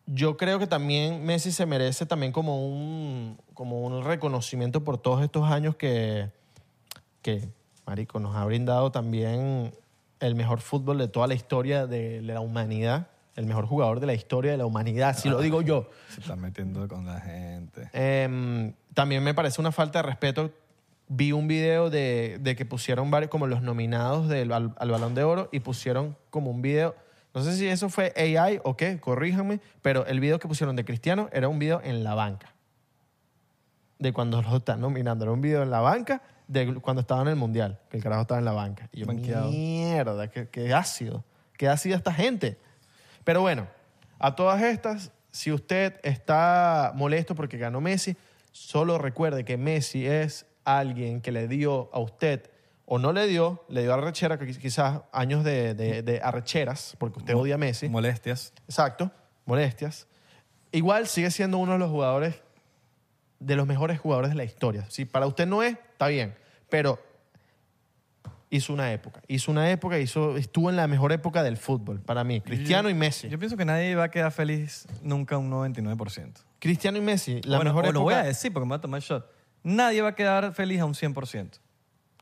yo creo que también Messi se merece también como un, como un reconocimiento por todos estos años que, que, marico, nos ha brindado también el mejor fútbol de toda la historia de la humanidad, el mejor jugador de la historia de la humanidad, si lo digo yo. Se está metiendo con la gente. Em, también me parece una falta de respeto vi un video de, de que pusieron varios, como los nominados del, al, al Balón de Oro, y pusieron como un video. No sé si eso fue AI o qué, corríjanme, pero el video que pusieron de Cristiano era un video en la banca. De cuando lo están nominando. Era un video en la banca de cuando estaba en el Mundial, que el carajo estaba en la banca. Y yo, Banqueado. mierda, qué, qué ácido. Qué ácida esta gente. Pero bueno, a todas estas, si usted está molesto porque ganó Messi, solo recuerde que Messi es alguien que le dio a usted, o no le dio, le dio arrechera, que quizás años de, de- de arrecheras, porque usted odia a Messi. Molestias. Exacto, molestias. Igual sigue siendo uno de los jugadores, de los mejores jugadores de la historia. Si para usted no es, está bien, pero hizo una época, hizo una época, hizo, estuvo en la mejor época del fútbol para mí, Cristiano Yo- y Messi. Yo pienso que nadie va a quedar feliz nunca un 99%. Cristiano y Messi, la Bueno, mejor o época. lo voy a decir porque me voy a tomar el shot. Nadie va a quedar feliz a un 100%.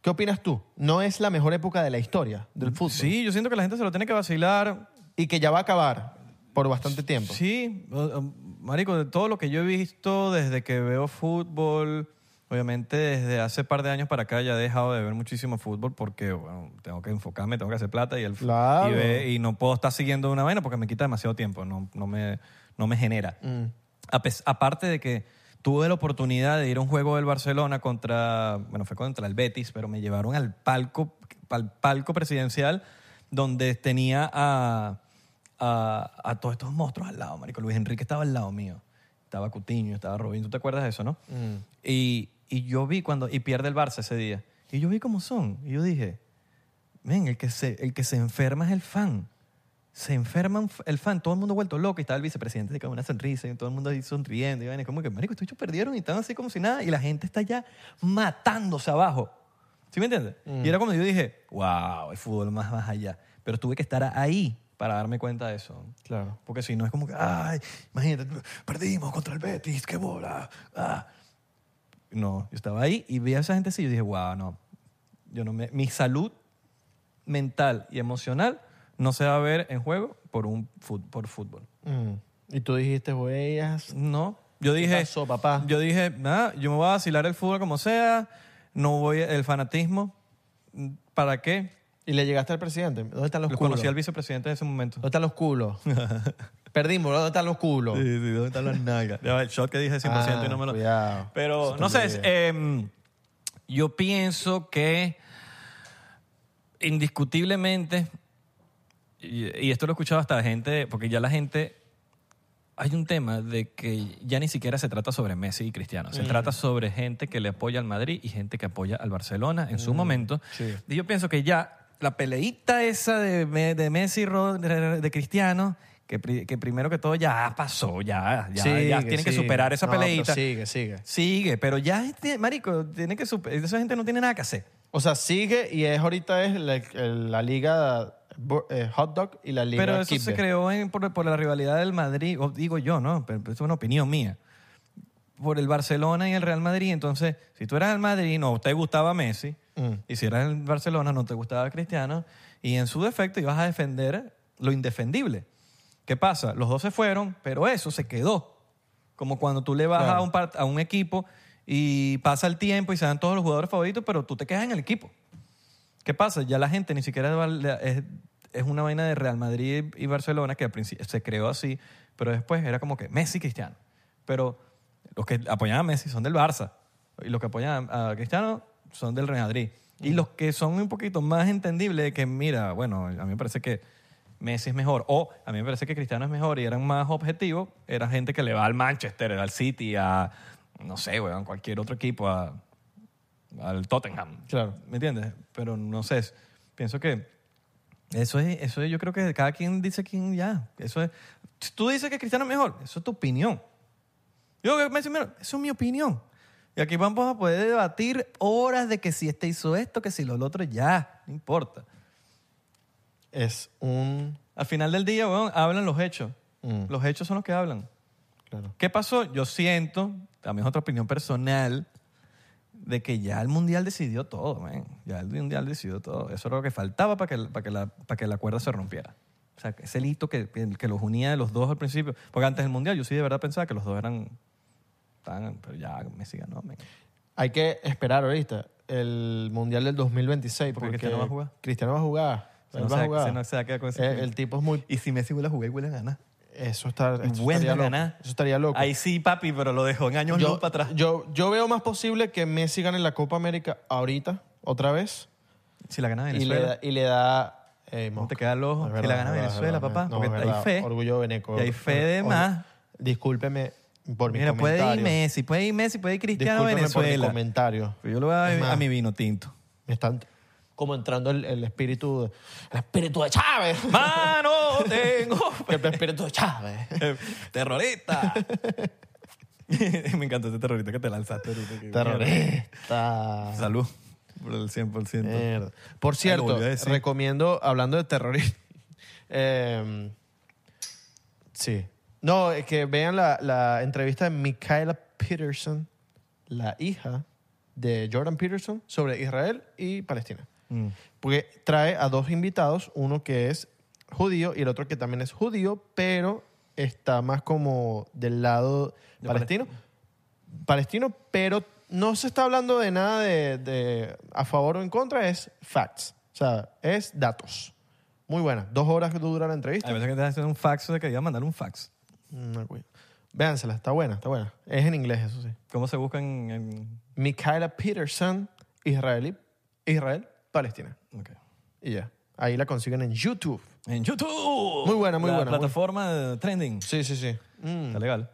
¿Qué opinas tú? No es la mejor época de la historia del fútbol Mm, Sí, yo siento que la gente se lo tiene que vacilar. y que ya va a acabar por bastante tiempo. Sí, o- o- marico, de todo lo que yo he visto desde que veo fútbol, obviamente desde hace par de años para acá ya he dejado de ver muchísimo fútbol porque, bueno, tengo que enfocarme, tengo que hacer plata y el Claro. y, ve- y no puedo estar siguiendo una vaina porque me quita demasiado tiempo, no, no, me, no me genera. A pes- aparte de que tuve la oportunidad de ir a un juego del Barcelona contra, bueno, fue contra el Betis, pero me llevaron al palco, al palco presidencial donde tenía a, a, a todos estos monstruos al lado, marico. Luis Enrique estaba al lado mío. Estaba Cutiño, estaba Robin, ¿tú te acuerdas de eso, no? Y, y yo vi cuando, y pierde el Barça ese día. Y yo vi cómo son. Y yo dije, Men, el que, se, el que se enferma es el fan. Se enferma un f- el fan. Todo el mundo vuelto loco. Y estaba el vicepresidente así con una sonrisa. Y todo el mundo ahí sonriendo. Y vaina, como que, marico, estos bichos perdieron y están así como si nada. Y la gente está ya matándose abajo. ¿Sí me entiendes? Y era como yo dije, wow, el fútbol más más allá. Pero tuve que estar ahí para darme cuenta de eso. Claro. Porque si no es como que, ay, imagínate, perdimos contra el Betis, qué bola. ah". No, yo estaba ahí y vi a esa gente así y yo dije, wow, no. Yo no me, mi salud mental y emocional no se va a ver en juego por, un fut- por fútbol. Mm. Y tú dijiste, huellas. No. Yo dije. pasó, papá? Yo dije, nada, yo me voy a vacilar el fútbol como sea. No voy. El fanatismo. ¿Para qué? Y le llegaste al presidente. ¿Dónde están los Lo culos? conocí al vicepresidente en ese momento. ¿Dónde están los culos? Perdimos, ¿dónde están los culos? ¿dónde están las nalgas? Ya va, el shot que dije 100% y no me lo. Ah, cuidado. Pero Eso no está sé, muy es, bien. em, yo pienso que indiscutiblemente, y, y esto lo he escuchado hasta la gente, porque ya la gente, hay un tema de que ya ni siquiera se trata sobre Messi y Cristiano, se trata sobre gente que le apoya al Madrid y gente que apoya al Barcelona en su momento. Mm, sí. Y yo pienso que ya la peleita esa de, Me- de Messi, y Rod- de de Cristiano, que, pri- que primero que todo ya pasó, ya, ya, Sigue, ya tienen que sigue. superar esa No, pero peleita. Sigue, sigue. Sigue, pero ya, este, marico, tiene que super- esa gente no tiene nada que hacer. O sea, sigue y es ahorita es la, el- la liga bo- eh, hot dog y la liga Pero eso Keep se It. creó en- por, por la rivalidad del Madrid, o digo yo, ¿no? Pero pero eso es una opinión mía. Por el Barcelona y el Real Madrid. Entonces, si tú eras el Madrid, no te gustaba Messi. Y si eras el Barcelona, no te gustaba Cristiano. Y en su defecto ibas a defender lo indefendible. ¿Qué pasa? Los dos se fueron, pero eso se quedó. Como cuando tú le vas Claro. a, un par- a un equipo y pasa el tiempo y se dan todos los jugadores favoritos, pero tú te quedas en el equipo. ¿Qué pasa? Ya la gente ni siquiera va- le- es, es una vaina de Real Madrid y Barcelona que al principio se creó así, pero después era como que Messi Cristiano. Pero los que apoyan a Messi son del Barça y los que apoyan a, a Cristiano son del Real Madrid. Y los que son un poquito más entendibles de que, mira, bueno, a mí me parece que Messi es mejor o a mí me parece que Cristiano es mejor y eran más objetivos, era gente que le va al Manchester, al City, a, no sé, weón, cualquier otro equipo, a, al Tottenham. Claro. ¿Me entiendes? Pero no sé. es- Pienso que eso es, eso es- yo creo que cada quien dice quién ya. Eso es. si Tú dices que Cristiano es mejor, eso es tu opinión. Yo que Messi es mejor, eso es mi opinión. Y aquí vamos a poder debatir horas de que si este hizo esto, que si lo otro, ya, no importa. Es un... Al final del día, weón, hablan los hechos. Mm. Los hechos son los que hablan. Claro. ¿Qué pasó? Yo siento, también es otra opinión personal, de que ya el Mundial decidió todo, man. Ya el Mundial decidió todo. Eso era lo que faltaba para que, para que, la, para que la cuerda se rompiera. O sea, ese hito que, que- que los unía de los dos al principio. Porque antes del Mundial yo sí de verdad pensaba que los dos eran... Tan, pero ya Messi ganó, man. Hay que esperar ahorita. el Mundial del 2026. Porque Porque, Cristiano va a jugar. Cristiano va a jugar. Se Él nos va a saca- jugar. se nos saca con ese Eh, cuento. el tipo es muy... Y si Messi vuelve a jugar y vuelve a ganar. Eso, está, Y esto vuelve estaría a loco. ganar. Eso estaría loco. Ahí sí, papi, pero lo dejó en años luz para atrás. Yo, yo veo más posible que Messi gane la Copa América ahorita, otra vez, si la gana y le Venezuela. da... Y le da eh, No te mosca. queda el ojo. Es si verdad, la gana es verdad, Venezuela, es verdad. papá. No, porque es hay verdad. fe. Orgullo veneco. Y hay fe de Or- más. Discúlpeme por mi Mira, puede ir comentario. Messi, puede ir Messi, puede ir Cristiano Discúlpeme por mi Venezuela. comentario. Pero Pues yo lo voy a, Es a más, mi vino tinto. Me están como entrando el, el espíritu, de- el espíritu de Chávez. ¡Mano, tengo! el espíritu de Chávez. ¡Terrorista! Me encantó ese terrorista que te lanzaste ahorita. que- Terrorista. Salud por el 100%. Mierda. Por Ay, lo cierto, volvió a decir. recomiendo, hablando de terrorismo. eh, sí. No, es que vean la, la entrevista de Michaela Peterson, la hija de Jordan Peterson, sobre Israel y Palestina. Mm. Porque trae a dos invitados, uno que es judío y el otro que también es judío, pero está más como del lado De palestino. Palestino, pero no se está hablando de nada de, de a favor o en contra, es facts. O sea, es datos. Muy buena. Dos horas dura la A entrevista. veces que te hacen un fax, de que iba a mandar un fax. Una cuida. Véansela, está buena, está buena. Es en inglés, eso sí. ¿Cómo se buscan en...? Michaela Peterson, israelí, Israel, Palestina. en- ok. Y ya. Ahí la consiguen en YouTube. En YouTube. Muy buena, muy La buena, muy- plataforma de trending. Sí, sí, sí. Mm. Está legal.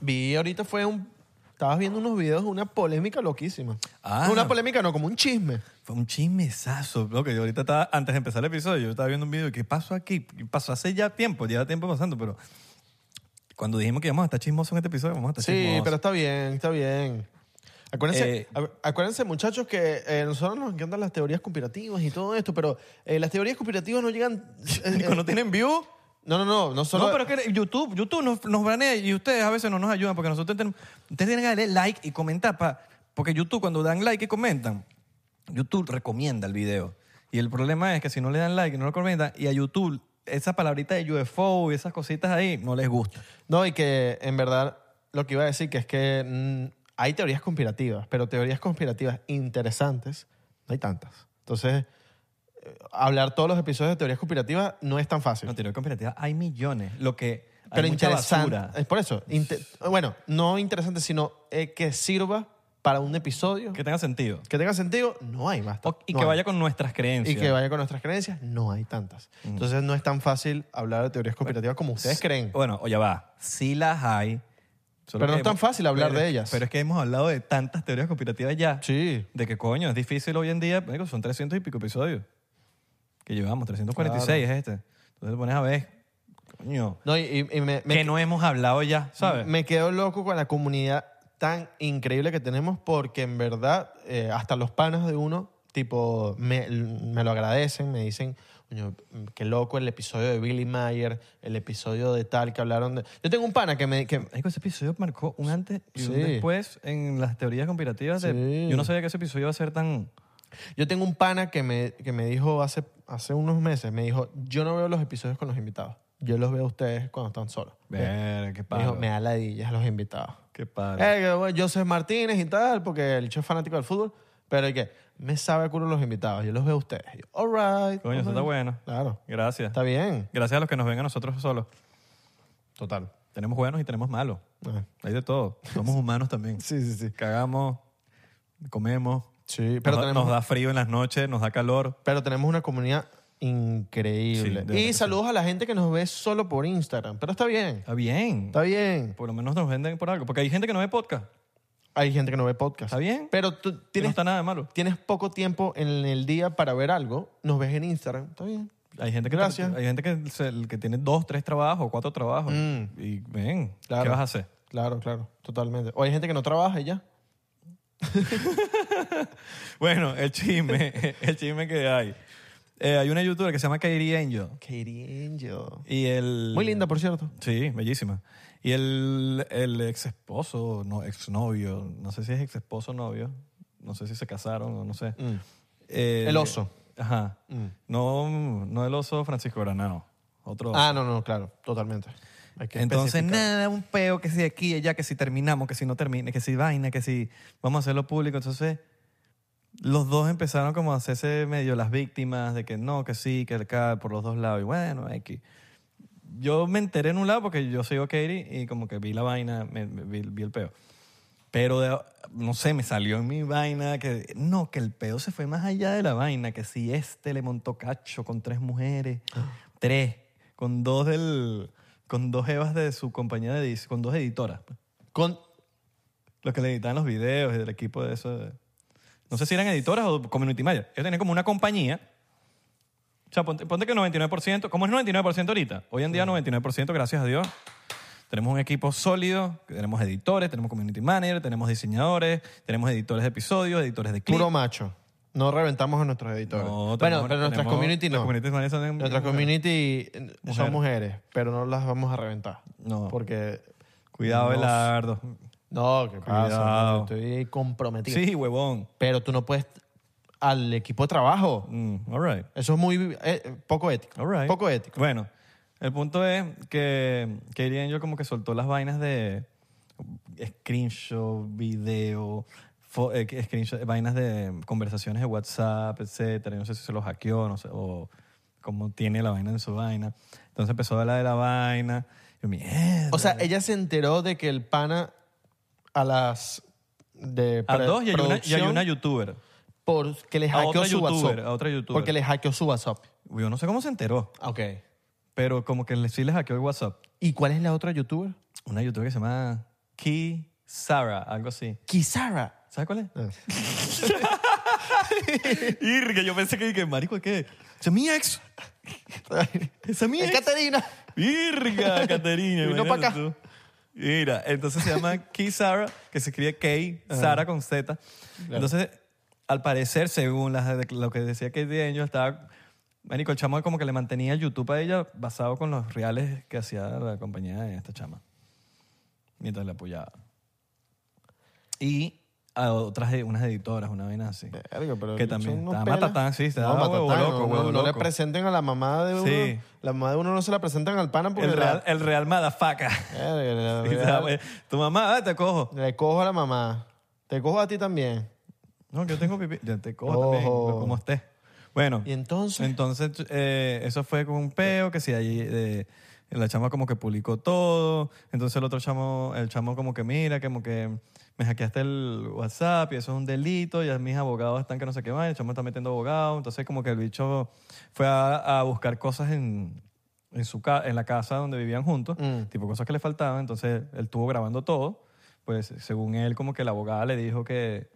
Vi ahorita fue un. Estabas viendo unos videos de una polémica loquísima. Ah. No, una polémica, no, como un chisme. Fue un chismesazo. Lo que yo ahorita estaba, antes de empezar el episodio, yo estaba viendo un video. ¿Qué pasó aquí? ¿Qué Pasó hace ya tiempo, lleva tiempo pasando, pero cuando dijimos que íbamos a estar chismosos en este episodio, vamos a estar Sí, chismosos. pero está bien, está bien. Acuérdense, Eh, acu- acuérdense, muchachos, que eh, nosotros nos encantan las teorías conspirativas y todo esto, pero eh, las teorías conspirativas no llegan. eh, Cuando tienen view. no, no, no. No, solo, No, pero es que YouTube, YouTube nos, nos branea y ustedes a veces no nos ayudan porque nosotros tenemos. Ustedes tienen que darle like y comentar. pa- porque YouTube, cuando dan like y comentan, YouTube recomienda el video. Y el problema es que si no le dan like y no lo comentan, y a YouTube, esa palabrita de UFO y esas cositas ahí no les gusta. No, y que en verdad lo que iba a decir que es que mm, hay teorías conspirativas, pero teorías conspirativas interesantes no hay tantas. Entonces, eh, hablar todos los episodios de teorías conspirativas no es tan fácil. No, teoría conspirativa, hay millones. Lo que. hay pero mucha interesante. basura. Es por eso. inte- bueno, no interesante, sino eh, que sirva para un episodio. Que tenga sentido. Que tenga sentido, no hay más. O- y que vaya con nuestras creencias. Y que vaya con nuestras creencias, no hay tantas. Entonces no es tan fácil hablar de teorías conspirativas como ustedes creen. Mm. Bueno, o ya va. Sí las hay. Solo Pero no que es tan hemos- fácil hablar pero- de ellas. Pero es que hemos hablado de tantas teorías conspirativas ya. Sí. De que coño, es difícil hoy en día. marico, son 300 y pico episodios. Que llevamos, 346 es este. Entonces te pones a ver, coño, No, y, y- y me, me- que no hemos hablado ya, ¿sabes? Me quedo loco con la comunidad tan increíble que tenemos porque en verdad eh, hasta los panas de uno tipo me, me lo agradecen, me dicen, "Coño, qué loco el episodio de Billy Mayer, el episodio de tal que hablaron de... Yo tengo un pana que me... Que, Marico, ese episodio marcó un antes y un Sí. después en las teorías conspirativas. de- Sí. yo no sabía que ese episodio iba a ser tan... yo tengo un pana que me, que me dijo hace, hace unos meses, me dijo, yo no veo los episodios con los invitados, yo los veo a ustedes cuando están solos. Ver, qué Me dijo, paro. me da ladillas los invitados. Qué paro. Eh, que, bueno, Joseph Martínez y tal, porque el bicho es fanático del fútbol, pero es que me sabe a culo los invitados, yo los veo a ustedes. Y yo, all right. Coño, eso all está right. bueno. Claro, Gracias. está bien. Gracias a los que nos ven a nosotros solos. Total. Tenemos buenos y tenemos malos. Ah, Hay de todo. Somos humanos también. Sí, sí, sí. Cagamos, comemos. Sí, pero nos, da- tenemos, nos da frío en las noches, nos da calor. pero tenemos una comunidad Sí, de increíble. verdad que y sí. saludos a la gente que nos ve solo por Instagram, pero está bien, Está bien. está bien. Por lo menos nos venden por algo. Porque hay gente que no ve podcast. Hay gente que no ve podcast. Está bien. Pero tú Y no tienes, está nada de malo. tienes poco tiempo en el día para ver algo, nos ves en Instagram, está bien. Hay gente que, Gracias. Hay gente que, se- que tiene dos, tres trabajos, cuatro trabajos. Mm. Y ven, Claro. ¿qué vas a hacer? Claro, claro, totalmente. O hay gente que no trabaja y ya. Bueno, el chisme, el chisme que hay. Eh, hay una youtuber que se llama Kairi Angel. Katie Angel. Y el, Muy linda, por cierto. Sí, bellísima. Y el, el ex esposo, no, ex novio, no sé si es ex esposo o novio, no sé si se casaron o no sé. Eh, El oso. Ajá. Mm. No, no el oso Francisco Granano, otro oso. Ah, no, no, claro, totalmente. Hay que Oh. Entonces, especificar. nada, un peo que si aquí, allá, que si terminamos, que si no termina, que si vaina, que si vamos a hacerlo público. Entonces, los dos empezaron como a hacerse medio las víctimas de que no, que sí, que acá, por los dos lados. Y bueno, X. Yo me enteré en un lado porque yo sigo a Katie y como que vi la vaina, me- me- vi, vi el peo. Pero, de- no sé, me salió en mi vaina que no, que el peo se fue más allá de la vaina, que si este le montó cacho con tres mujeres, tres, con dos del, con dos evas de su compañía de edición, con dos editoras, pues. Con, los que le editaban los videos y del equipo de eso. de- No sé si eran editoras o community manager. Ellos tenían como una compañía. O sea, ponte, ponte que 99%, como es 99% ahorita? Hoy en día 99%, gracias a Dios. Tenemos un equipo sólido, tenemos editores, tenemos community manager, tenemos diseñadores, tenemos editores de episodios, editores de clips. Puro macho. No reventamos a nuestros editores. No, tenemos- bueno, pero nuestras tenemos- community no. las community managers son- Nuestras community eh, Mujeres. son mujeres, pero no las vamos a reventar. No. Porque. Cuidado, no- Belardo. No, que Cuidado. pasa. Estoy comprometido. Sí, huevón. Pero tú no puedes. Al equipo de trabajo. Mm, all right. Eso es muy. eh, poco ético. All right. Poco ético. Bueno, el punto es que Katie Angel como que soltó las vainas de screenshot, video, fo- eh, que- screenshot, vainas de conversaciones de WhatsApp, etcétera. Yo No sé si se los hackeó no sé, o cómo tiene la vaina en su vaina. Entonces empezó a hablar de la vaina. Yo, mierda. O sea, ella se enteró de que el pana a las. De a pre- dos y hay, una, y hay producción, una youtuber. Porque le a hackeó otra su youtuber, WhatsApp. a otra youtuber. Porque le hackeó su WhatsApp. Yo no sé cómo se enteró, Ok. pero como que le- sí les hackeó el WhatsApp. ¿Y cuál es la otra youtuber? Una youtuber que se llama Key Sarah, algo así. Kizara. ¿Sabes cuál es? Irga, yo pensé que, que marico, ¿qué? Esa es mi ex. Esa es mi Es ex. Caterina. Irga, Caterina. Vino pa' imagínate acá. tú. Mira, entonces se llama Key Sara, que se escribe Key, Sara con Z. Entonces, al parecer, según las- lo que decía Katie Angel, estaba... Marico, el chamo como que le mantenía el YouTube a ella basado con los reales que hacía la compañía de esta chama. Mientras le apoyaba. Y a otras, unas editoras, una vaina así. Eh, que también estaba matatán, sí, estaba huevo loco, no, huevo no le loco. presenten a la mamá de uno. Sí. La mamá de uno no se la presentan al pana porque El Real, la- el Real Madafaca. Verga, la Y Real- estaba, Tu mamá, ah, te cojo. le cojo a la mamá. Te cojo a ti también. No, yo tengo pipí. Yo te cojo Ojo. también, yo como esté. Bueno, Y entonces. entonces eh, eso fue con un peo, que si ahí eh, la chama como que publicó todo, entonces el otro chamo, el chamo como que mira, como que me hackeaste el WhatsApp y eso es un delito, y mis abogados están que no sé qué van, el chamo está metiendo abogados, entonces como que el bicho fue a, a buscar cosas en, en, su ca- en la casa donde vivían juntos, Mm. tipo cosas que le faltaban, entonces él estuvo grabando todo, pues según él como que la abogada le dijo que,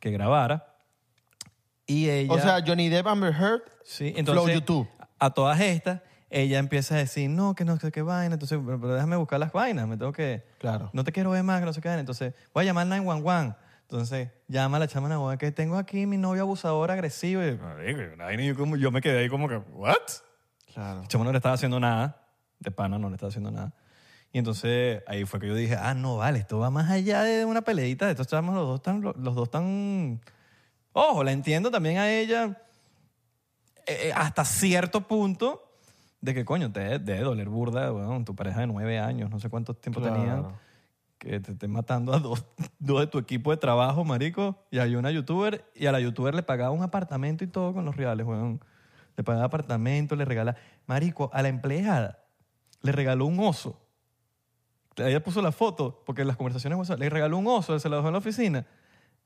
que grabara. Y ella... o sea, Johnny Depp Amber Heard. Sí, entonces, Flow YouTube. A todas estas, ella empieza a decir, no, que no sé qué vaina, entonces, pero, pero déjame buscar las vainas, me tengo que... Claro. No te quiero ver más, que no sé qué vaina, entonces, voy a llamar al 911. Entonces, llama a la chama abogada que tengo aquí mi novio abusador, agresivo. Y, marico, una vaina, y yo, como- yo me quedé ahí como que, ¿what? Claro. El chamo no le estaba haciendo nada, de pana no le estaba haciendo nada. Y entonces ahí fue que yo dije, ah, no, vale, esto va más allá de una peleita, estos chamos los dos tan, los dos tan... Ojo, la entiendo también a ella eh, eh, hasta cierto punto de que, coño, te debe- debe doler burda, weón, tu pareja de nueve años, no sé cuánto tiempo Claro. tenían, que te estén matando a dos, dos de tu equipo de trabajo, marico, y hay una youtuber, y a la youtuber le pagaba un apartamento y todo con los reales, weón. Le pagaba apartamento, le regalaba... Marico, a la empleada le regaló un oso. Ella puso la foto, porque en las conversaciones WhatsApp, le regaló un oso, se lo dejó en la oficina.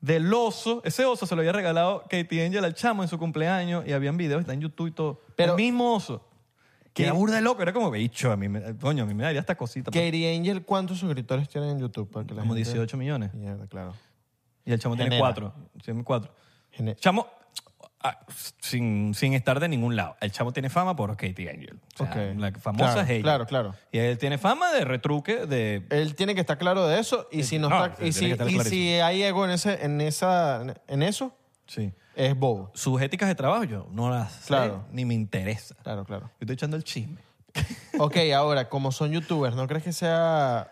Del oso, ese oso se lo había regalado Katie Angel al chamo en su cumpleaños y habían videos, está en YouTube y todo. Pero- el mismo oso. Que era burda de loco, era como bicho, a mí, me, coño, a mí me daría esta cosita. pues. Katie Angel, ¿cuántos suscriptores tienen en YouTube? Para que la Como gente- 18 millones. Mierda, claro. Y el chamo tiene Genera. cuatro. Tiene cuatro. Gene- Chamo, ah, sin, sin estar de ningún lado. El chamo tiene fama por Katie Angel. O sea, Ok. La famosa Claro, es ella. claro, claro. Y él tiene fama de retruque, de Él tiene que estar claro de eso y si no, no, está, tiene y que si, estar y clarísimo. si hay ego en ese en esa en eso Sí. es bobo. Sus éticas de trabajo yo no las sé, Claro. ni me interesa. Yo Claro, claro. estoy echando el chisme. Ok, ahora como son youtubers, ¿no crees que sea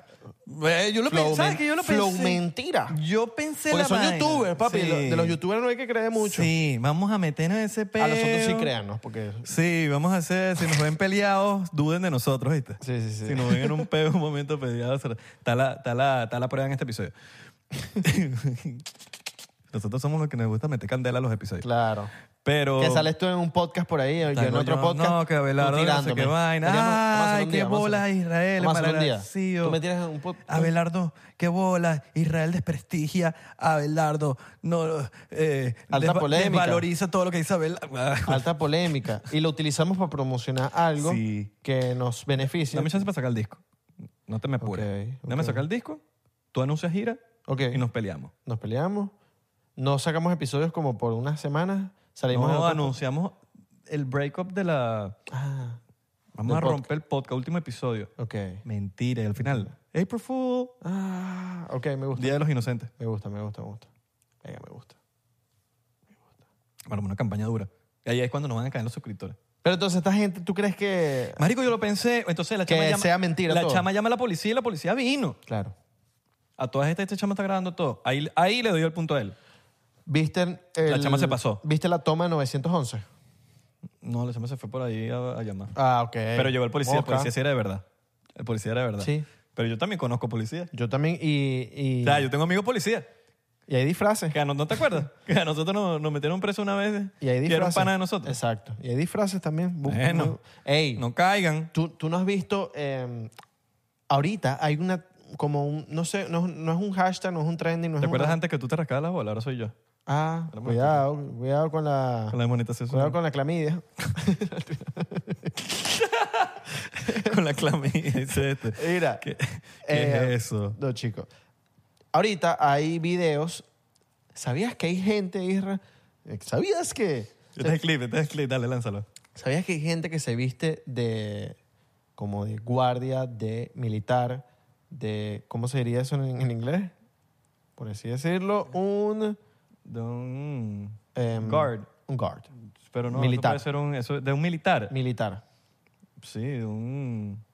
Eh, yo lo Flow, pensé, ¿sabes men- que yo lo flow pensé? mentira. Yo pensé Porque la son vaina. youtubers, papi, Sí. lo- De los youtubers no hay que creer mucho. Sí, vamos a meternos en ese peo. A nosotros sí créanos, porque... Sí, vamos a hacer, si nos ven peleados, duden de nosotros, ¿viste? Sí, sí, sí. Si nos ven en un peo un momento pues, peleados, está la, está, la, está la prueba en este episodio. Nosotros somos los que nos gusta meter candela a los episodios. Claro. Pero... Que sales tú en un podcast por ahí, yo en Salgo otro yo, podcast. No, que Abelardo tú no sé tirándome. qué vaina. Deberíamos- vamos a hacer Ay, un qué día, vamos a hacer- bolas Israel. Vamos a hacer un para día. sí, Tú oh. me tiras en un podcast. Abelardo, qué bolas. Israel desprestigia a Abelardo. No, eh, Alta polémica. Valoriza todo lo que dice Abelardo. Alta polémica. Y lo utilizamos para promocionar algo Sí. que nos beneficie. Dame chance para sacar el disco. No te me apures. Ok, Dame ok. sacar el disco, tú anuncias gira Ok. y nos peleamos. Nos peleamos. No sacamos episodios como por unas semanas. Salimos en No, otro- anunciamos el breakup de la... Ah, Vamos Del a podcast. romper el podcast, último episodio. ok. Mentira, y al final, April Fool, Ah, ok, me gusta. Día de los Inocentes. Me gusta, me gusta, me gusta. Venga, me gusta. Bueno, una campaña dura. Y ahí es cuando nos van a caer los suscriptores. Pero entonces, esta gente, ¿tú crees que...? Marico, yo lo pensé. Entonces la Que chama llama... sea mentira La todo. chama llama a la policía y la policía vino. Claro. A todas estas, este chama está grabando todo. Ahí, ahí le doy el punto a él. ¿Viste el- La chama se pasó. ¿Viste la toma de 911? No, la chama se fue por ahí a, a llamar. Ah, ok. Pero llegó el policía. Moca. El policía sí era de verdad. El policía era de verdad. Sí. Pero yo también conozco policía. Yo también, y... y O sea, yo tengo amigos policías. Y hay disfraces. Que a no, ¿no te acuerdas? que a nosotros nos, nos metieron preso una vez. Y hay era un disfraces. pana de nosotros. Exacto. Y hay disfraces también. Bu- Bueno. bu- Ey, No caigan. tú, tú no has visto... eh, ahorita hay una... Como un... No sé, no, no es un hashtag, no es un trending, no es ¿Te un- acuerdas antes que tú te rascabas las bolas? Ahora soy yo. Ah, Era muy cuidado. Cuidado con la... Con la demonetación. Ah. Cuidado con la clamidia. con la clamidia. dice este. Mira. ¿Qué, qué eh, es eso? No, chicos. Ahorita hay videos. ¿Sabías que hay gente, Isra? ¿Sabías que...? Este es el clip, este es el clip. Dale, lánzalo. ¿Sabías que hay gente que se viste de como de guardia, de militar, de cómo se diría eso en, en inglés? Por así decirlo, un De un... em, Guard. un guard Pero no, Militar. eso puede ser un... Eso, de un militar. militar, sí, de un...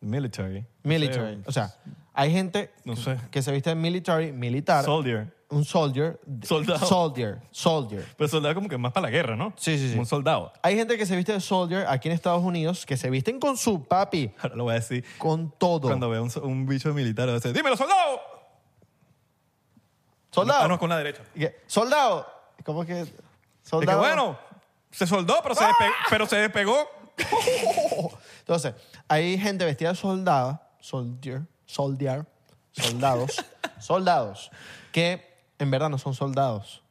Military. military. O sea, hay gente No sé. que se viste de military, militar, Soldier. un soldier, de- Soldado. soldier, soldier. Pero soldado como que más para la guerra, ¿no? Sí, sí, sí. Como Un soldado. Hay gente que se viste de soldier aquí en Estados Unidos que se visten con su papi, Ahora lo voy a decir. con todo. Cuando veo un, so- un bicho militar, voy a decir, ¡dímelo, soldado! soldado. Ah, no, con la derecha. Y que, soldado. ¿Cómo que Es que soldado? bueno, se soldó, pero se, despegó, pero se despegó. Entonces, hay gente vestida de soldada, soldier, soldier, soldados, soldados, que en verdad no son soldados,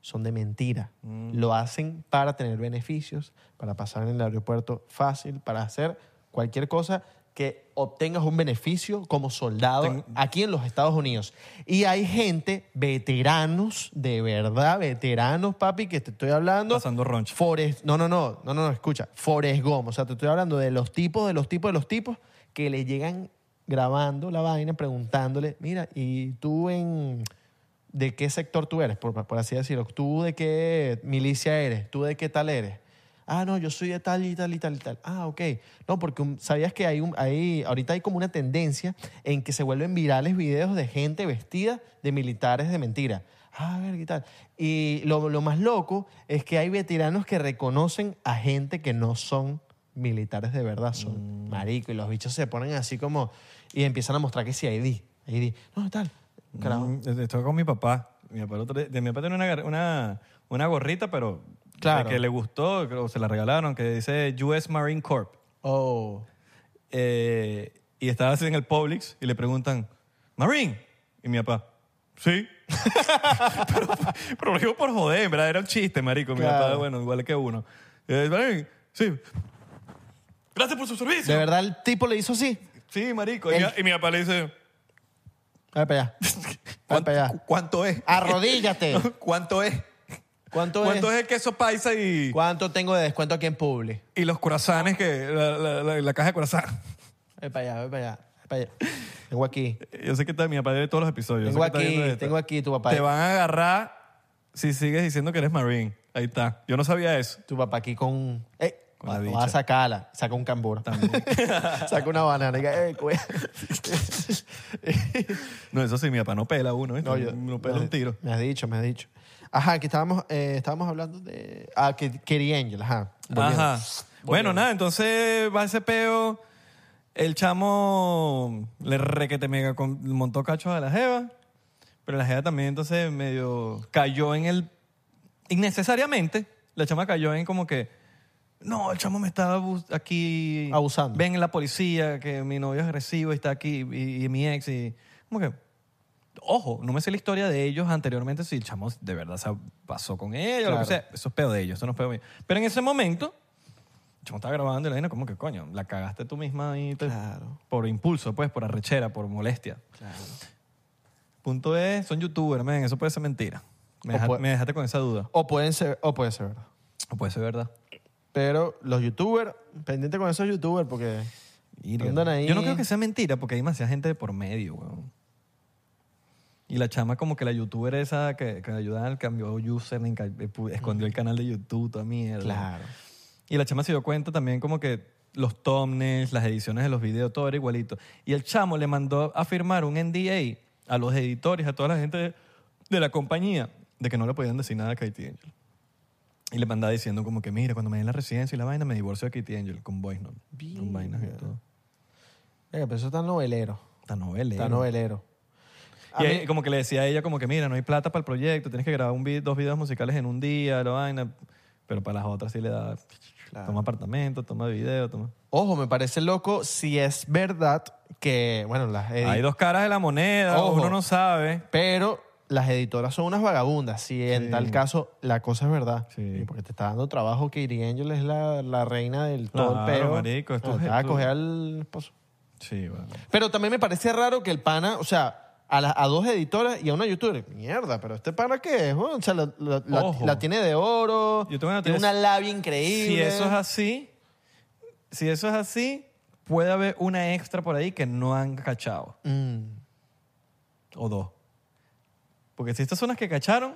son de mentira. Lo hacen para tener beneficios, para pasar en el aeropuerto fácil, para hacer cualquier cosa que obtengas un beneficio como soldado Ten- aquí en los Estados Unidos. Y hay gente, veteranos, de verdad, veteranos, papi, que te estoy hablando. Pasando roncha. Forest, no, no, no, no, no, no, escucha. Forest Gump, o sea, te estoy hablando de los tipos, de los tipos, de los tipos que le llegan grabando la vaina, preguntándole, mira, ¿y tú en... ¿De qué sector tú eres? Por, por así decirlo. ¿Tú de qué milicia eres? ¿Tú de qué tal eres? Ah, no, yo soy de tal y tal y tal y tal. Ah, ok. No, porque um, sabías que hay, un, hay, ahorita hay como una tendencia en que se vuelven virales videos de gente vestida de militares de mentira. Ah, a ver, ¿qué tal? Y lo, lo más loco es que hay veteranos que reconocen a gente que no son militares de verdad, son marico. Y los bichos se ponen así como y empiezan a mostrar que sí, ID. ID. No, tal. Carajo. Mm, Estoy con mi papá. Mi papá, el otro día- de mi papá tiene una, gar- una, una gorrita, pero de Claro. que le gustó, o se la regalaron, que dice US Marine Corp. Oh. Eh, y estaba así en el Publix y le preguntan, Marine. Y mi papá, sí. pero, pero lo digo por joder, en verdad, era un chiste, marico. Mi Claro. papá, bueno, igual que uno. Eh, Marine, sí. Gracias por su servicio. De verdad, el tipo le hizo así. Sí, marico. Y, El- mi- y mi papá le dice, A ver, para allá. A ver, ¿cuánto, para allá. Ah, cuánto es? Arrodíllate. ¿Cuánto es? ¿Cuánto, ¿Cuánto es? es el queso paisa y, ¿Cuánto tengo de descuento aquí en Publi? y los curazanes que la, la- la- la caja de curazán? A ver, para allá, a ver, para allá. a ver, para allá. Tengo aquí. Yo sé que está, mi papá de todos los episodios. yo Tengo sé que está aquí, viendo esto. tengo aquí tu papá. Te van a agarrar si sigues diciendo que eres Marine. Ahí está. Yo no sabía eso. Tu papá aquí con... Eh, Con la Va- bicha. va a sacarla. Saca un cambur. También. saca una banana. y que, eh, cuida. No, eso sí, mi papá no pela uno, ¿viste? No, yo- no pela me- un tiro. Me has dicho, me has dicho. Ajá, que estábamos, eh, estábamos hablando de... Ah, que Kerry Angel, ajá. Volviendo. Ajá. Bueno, nada, entonces va ese peo. El chamo le requete mega con- montó cachos a la jeva. Pero la jeva también entonces medio cayó en el... Innecesariamente, la chama cayó en como que... No, el chamo me está abu- aquí... Abusando. Ven la policía, que mi novio es agresivo y está aquí, y, y mi ex, y... Como que... Ojo, no me sé la historia de ellos anteriormente si el chamo de verdad se pasó con ella o lo Claro. que sea. Eso es peo de ellos, eso no es peo mío. Pero en ese momento, yo me estaba grabando y la vaina como que, coño, la cagaste tú misma ahí. te- Claro. Por impulso, pues, por arrechera, por molestia. Punto es, son youtubers, men, eso puede ser mentira. Me, O deja- puede- me dejaste con esa duda. O, pueden ser, o puede ser verdad. O puede ser verdad. Pero los youtubers, pendiente con esos youtubers porque... Irga. Andan ahí. Yo no creo que sea mentira porque hay demasiada gente de por medio, weón. Y la chama como que la youtuber esa que, que ayudaba al cambio username, ca- eh, pu- escondió el canal de YouTube, toda mierda. Y la chama se dio cuenta también como que los thumbnails, las ediciones de los videos, todo era igualito. Y el chamo le mandó a firmar un NDA a los editores, a toda la gente de, de la compañía, de que no le podían decir nada a Katie Angel. Y le mandaba diciendo como que, mira, cuando me den la residencia y la vaina, me divorcio de Katie Angel con voice note, Con vainas y todo. Venga, pero eso está novelero. Está novelero. Está novelero. A Y mí- ahí como que le decía a ella como que, mira, no hay plata para el proyecto, tienes que grabar un vi- dos videos musicales en un día, la vaina. Pero para las otras sí le da... Claro. Toma apartamento, toma video, toma... Ojo, me parece loco si es verdad que, bueno, las edi- Hay dos caras de la moneda, Ojo. uno no sabe. pero las editoras son unas vagabundas. Si en Sí. tal caso la cosa es verdad. Sí. Y Porque te está dando trabajo que Iri Angel es la, la reina del todo Claro, el peo. marico, esto Ah, es- te va a esto- coger al esposo. Sí, bueno. Pero también me parece raro que el pana, o sea, a, las- a dos editoras y a una youtuber. Mierda, pero este pana qué es, weón? O sea, la, la- la- Ojo. la tiene de oro. Yo tengo una tiene teoría. una labia Si increíble. eso es así, si eso es así, puede haber una extra por ahí que no han cachado. Mm, O dos. Porque si estas son las que cacharon,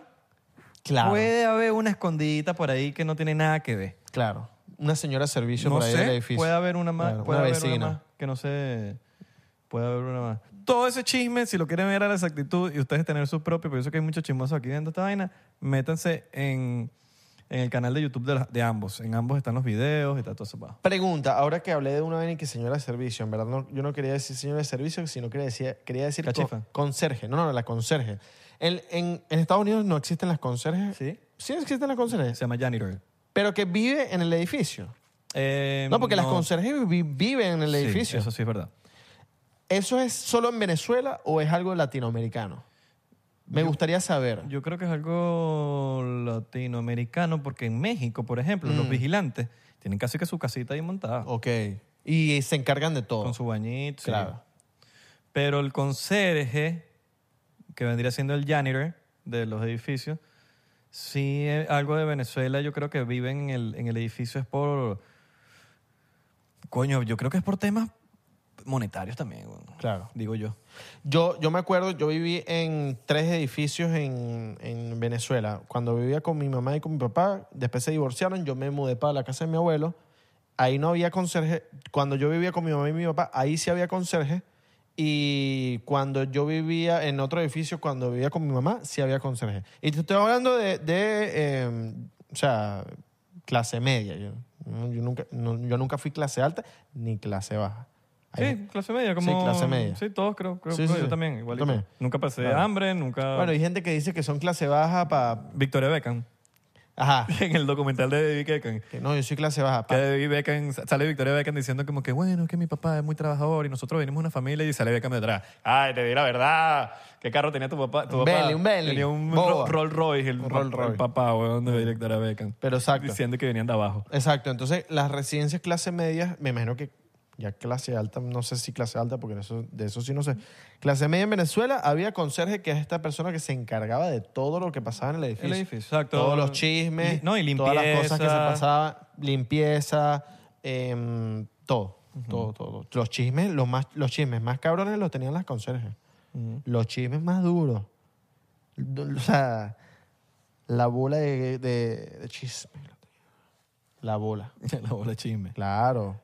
claro. puede haber una escondidita por ahí que no tiene nada que ver. Claro. Una señora de servicio No por ahí del sé, edificio. puede haber una más, Claro, puede una haber vecina. una más que no sé, puede haber una más. Todo ese chisme, si lo quieren ver a la exactitud y ustedes tener su propio, pero yo sé que hay muchos chismosos aquí viendo esta vaina, métanse en, en el canal de YouTube de, la- de ambos. En ambos están los videos y está todo eso abajo. Pregunta, ahora que hablé de una vaina que señora de servicio, en verdad no, yo no quería decir señora de servicio, sino quería decir, quería decir co- Cachifa. conserje. No, no, la conserje. En, en- en Estados Unidos no existen las conserjes. Sí. Sí existen las conserjes, Se llama Janitor. pero que vive en el edificio. Eh, No, porque las conserjes vi- viven en el Sí, edificio. eso sí es verdad. ¿Eso es solo en Venezuela o es algo latinoamericano? Me gustaría saber. Yo creo que es algo latinoamericano, porque en México, por ejemplo, Mm. los vigilantes tienen casi que su casita ahí montada. ok. Y se encargan de todo. Con su bañito. sí. Claro. Pero el conserje, que vendría siendo el janitor de los edificios, sí, eh, algo de Venezuela, yo creo que viven en el, en el edificio es por... Coño, yo creo que es por temas monetarios también. weón. Claro. Digo yo. Yo, yo me acuerdo, yo viví en tres edificios en, en Venezuela. Cuando vivía con mi mamá y con mi papá, después se divorciaron, yo me mudé para la casa de mi abuelo. Ahí no había conserje. Cuando yo vivía con mi mamá y mi papá, ahí sí había conserje. Y cuando yo vivía en otro edificio, cuando vivía con mi mamá, sí había conserje. Y te estoy hablando de, de, eh, o sea, clase media. Yo, yo nunca, no- yo nunca fui clase alta ni clase baja. Ahí- Sí, clase media. Como, Sí, clase media. Sí, todos creo. creo Sí, creo, sí, yo sí. también, Yo igualito. también. Nunca pasé Claro. hambre, nunca... Bueno, hay gente que dice que son clase baja para... Victoria Beckham. Ajá. En el documental de David Beckham. Que no, yo soy clase baja. Que pa- David Beckham, sale Victoria Beckham diciendo como que bueno, que mi papá es muy trabajador y nosotros venimos de una familia y sale Beckham detrás. Ay, te di la verdad. ¿Qué carro tenía tu papá? Tu Un papá Bentley, un Bentley. Tenía un Boba. Ro- Rolls Royce, el, Rolls el Royce. papá, weón, de Victoria Beckham. Pero exacto. Diciendo que venían de abajo. Exacto. Entonces, las residencias clase media, me imagino que ya clase alta, no sé si clase alta, porque eso, de eso sí no sé. Clase media en Venezuela había conserje, que es esta persona que se encargaba de todo lo que pasaba en el edificio. El edificio, exacto. Todos los chismes. Y- no, y Todas las cosas que se limpieza. pasaban. Limpieza, em, todo. Todo, todo. Los chismes, los, más, los chismes más cabrones los tenían las conserjes. Los chismes más duros. O sea, la bola de, de, de chisme. La bola. La bola de chisme. Claro.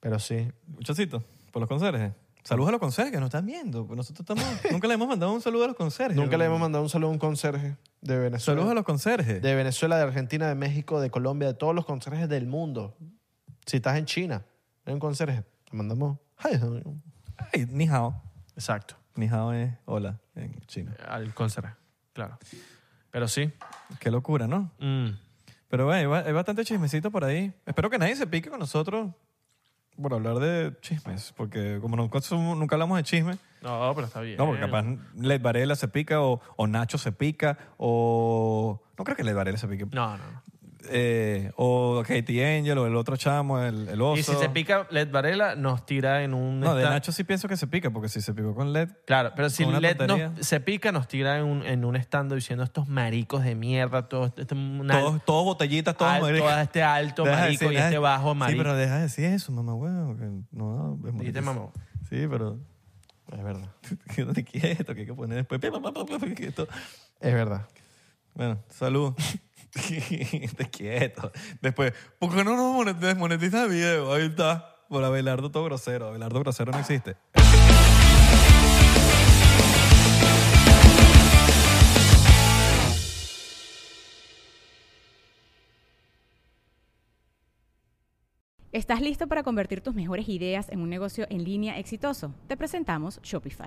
Pero sí. Muchachito, por los conserjes. Saludos a los conserjes que nos están viendo. Pues Nosotros estamos, nunca le hemos mandado un saludo a los conserjes. Nunca le weón. hemos mandado un saludo a un conserje de Venezuela. Saludos a los conserjes. De Venezuela, de Argentina, de México, de Colombia, de todos los conserjes del mundo. Si estás en China, hay un conserje. Te mandamos. Ay, Ay, ni hao. Exacto. Ni hao es hola en chino. Al conserje, claro. Pero sí. Qué locura, ¿no? Mm. Pero bueno, hay ba- hay bastante chismecito por ahí. Espero que nadie se pique con nosotros por hablar de chismes, porque como nunca, somos- nunca hablamos de chismes, No, pero está bien. no, porque capaz Led Varela se pica o, o Nacho se pica o... No creo que Led Varela se pique. No, no. Eh, o Katie Angel o el otro chamo, el, el oso. Y si se pica Led Varela, nos tira en un. No, de stand- Nacho sí pienso que se pica, porque si se picó con Led... Claro, pero si Con una Led nos- tontería. se pica, nos tira en un, en un estando diciendo estos maricos de mierda, todos, este, una- Todos, todos botellitas, todos al- maricos. todo este alto Deja de marico decir- y este deja- bajo Sí, marico. pero deja de decir eso, mamá, huevo. que No, es Dijiste, marico. mamá. Sí, pero... Es verdad. que no te quieto, que hay que poner después. pi, pa, pa, pa, pa, que esto. Es verdad. Bueno, salud. te quieto. Después, ¿por qué no nos monet- desmonetiza el video? Ahí está. Por Abelardo todo grosero. Abelardo grosero no existe. ¿Estás listo para convertir tus mejores ideas en un negocio en línea exitoso? Te presentamos Shopify.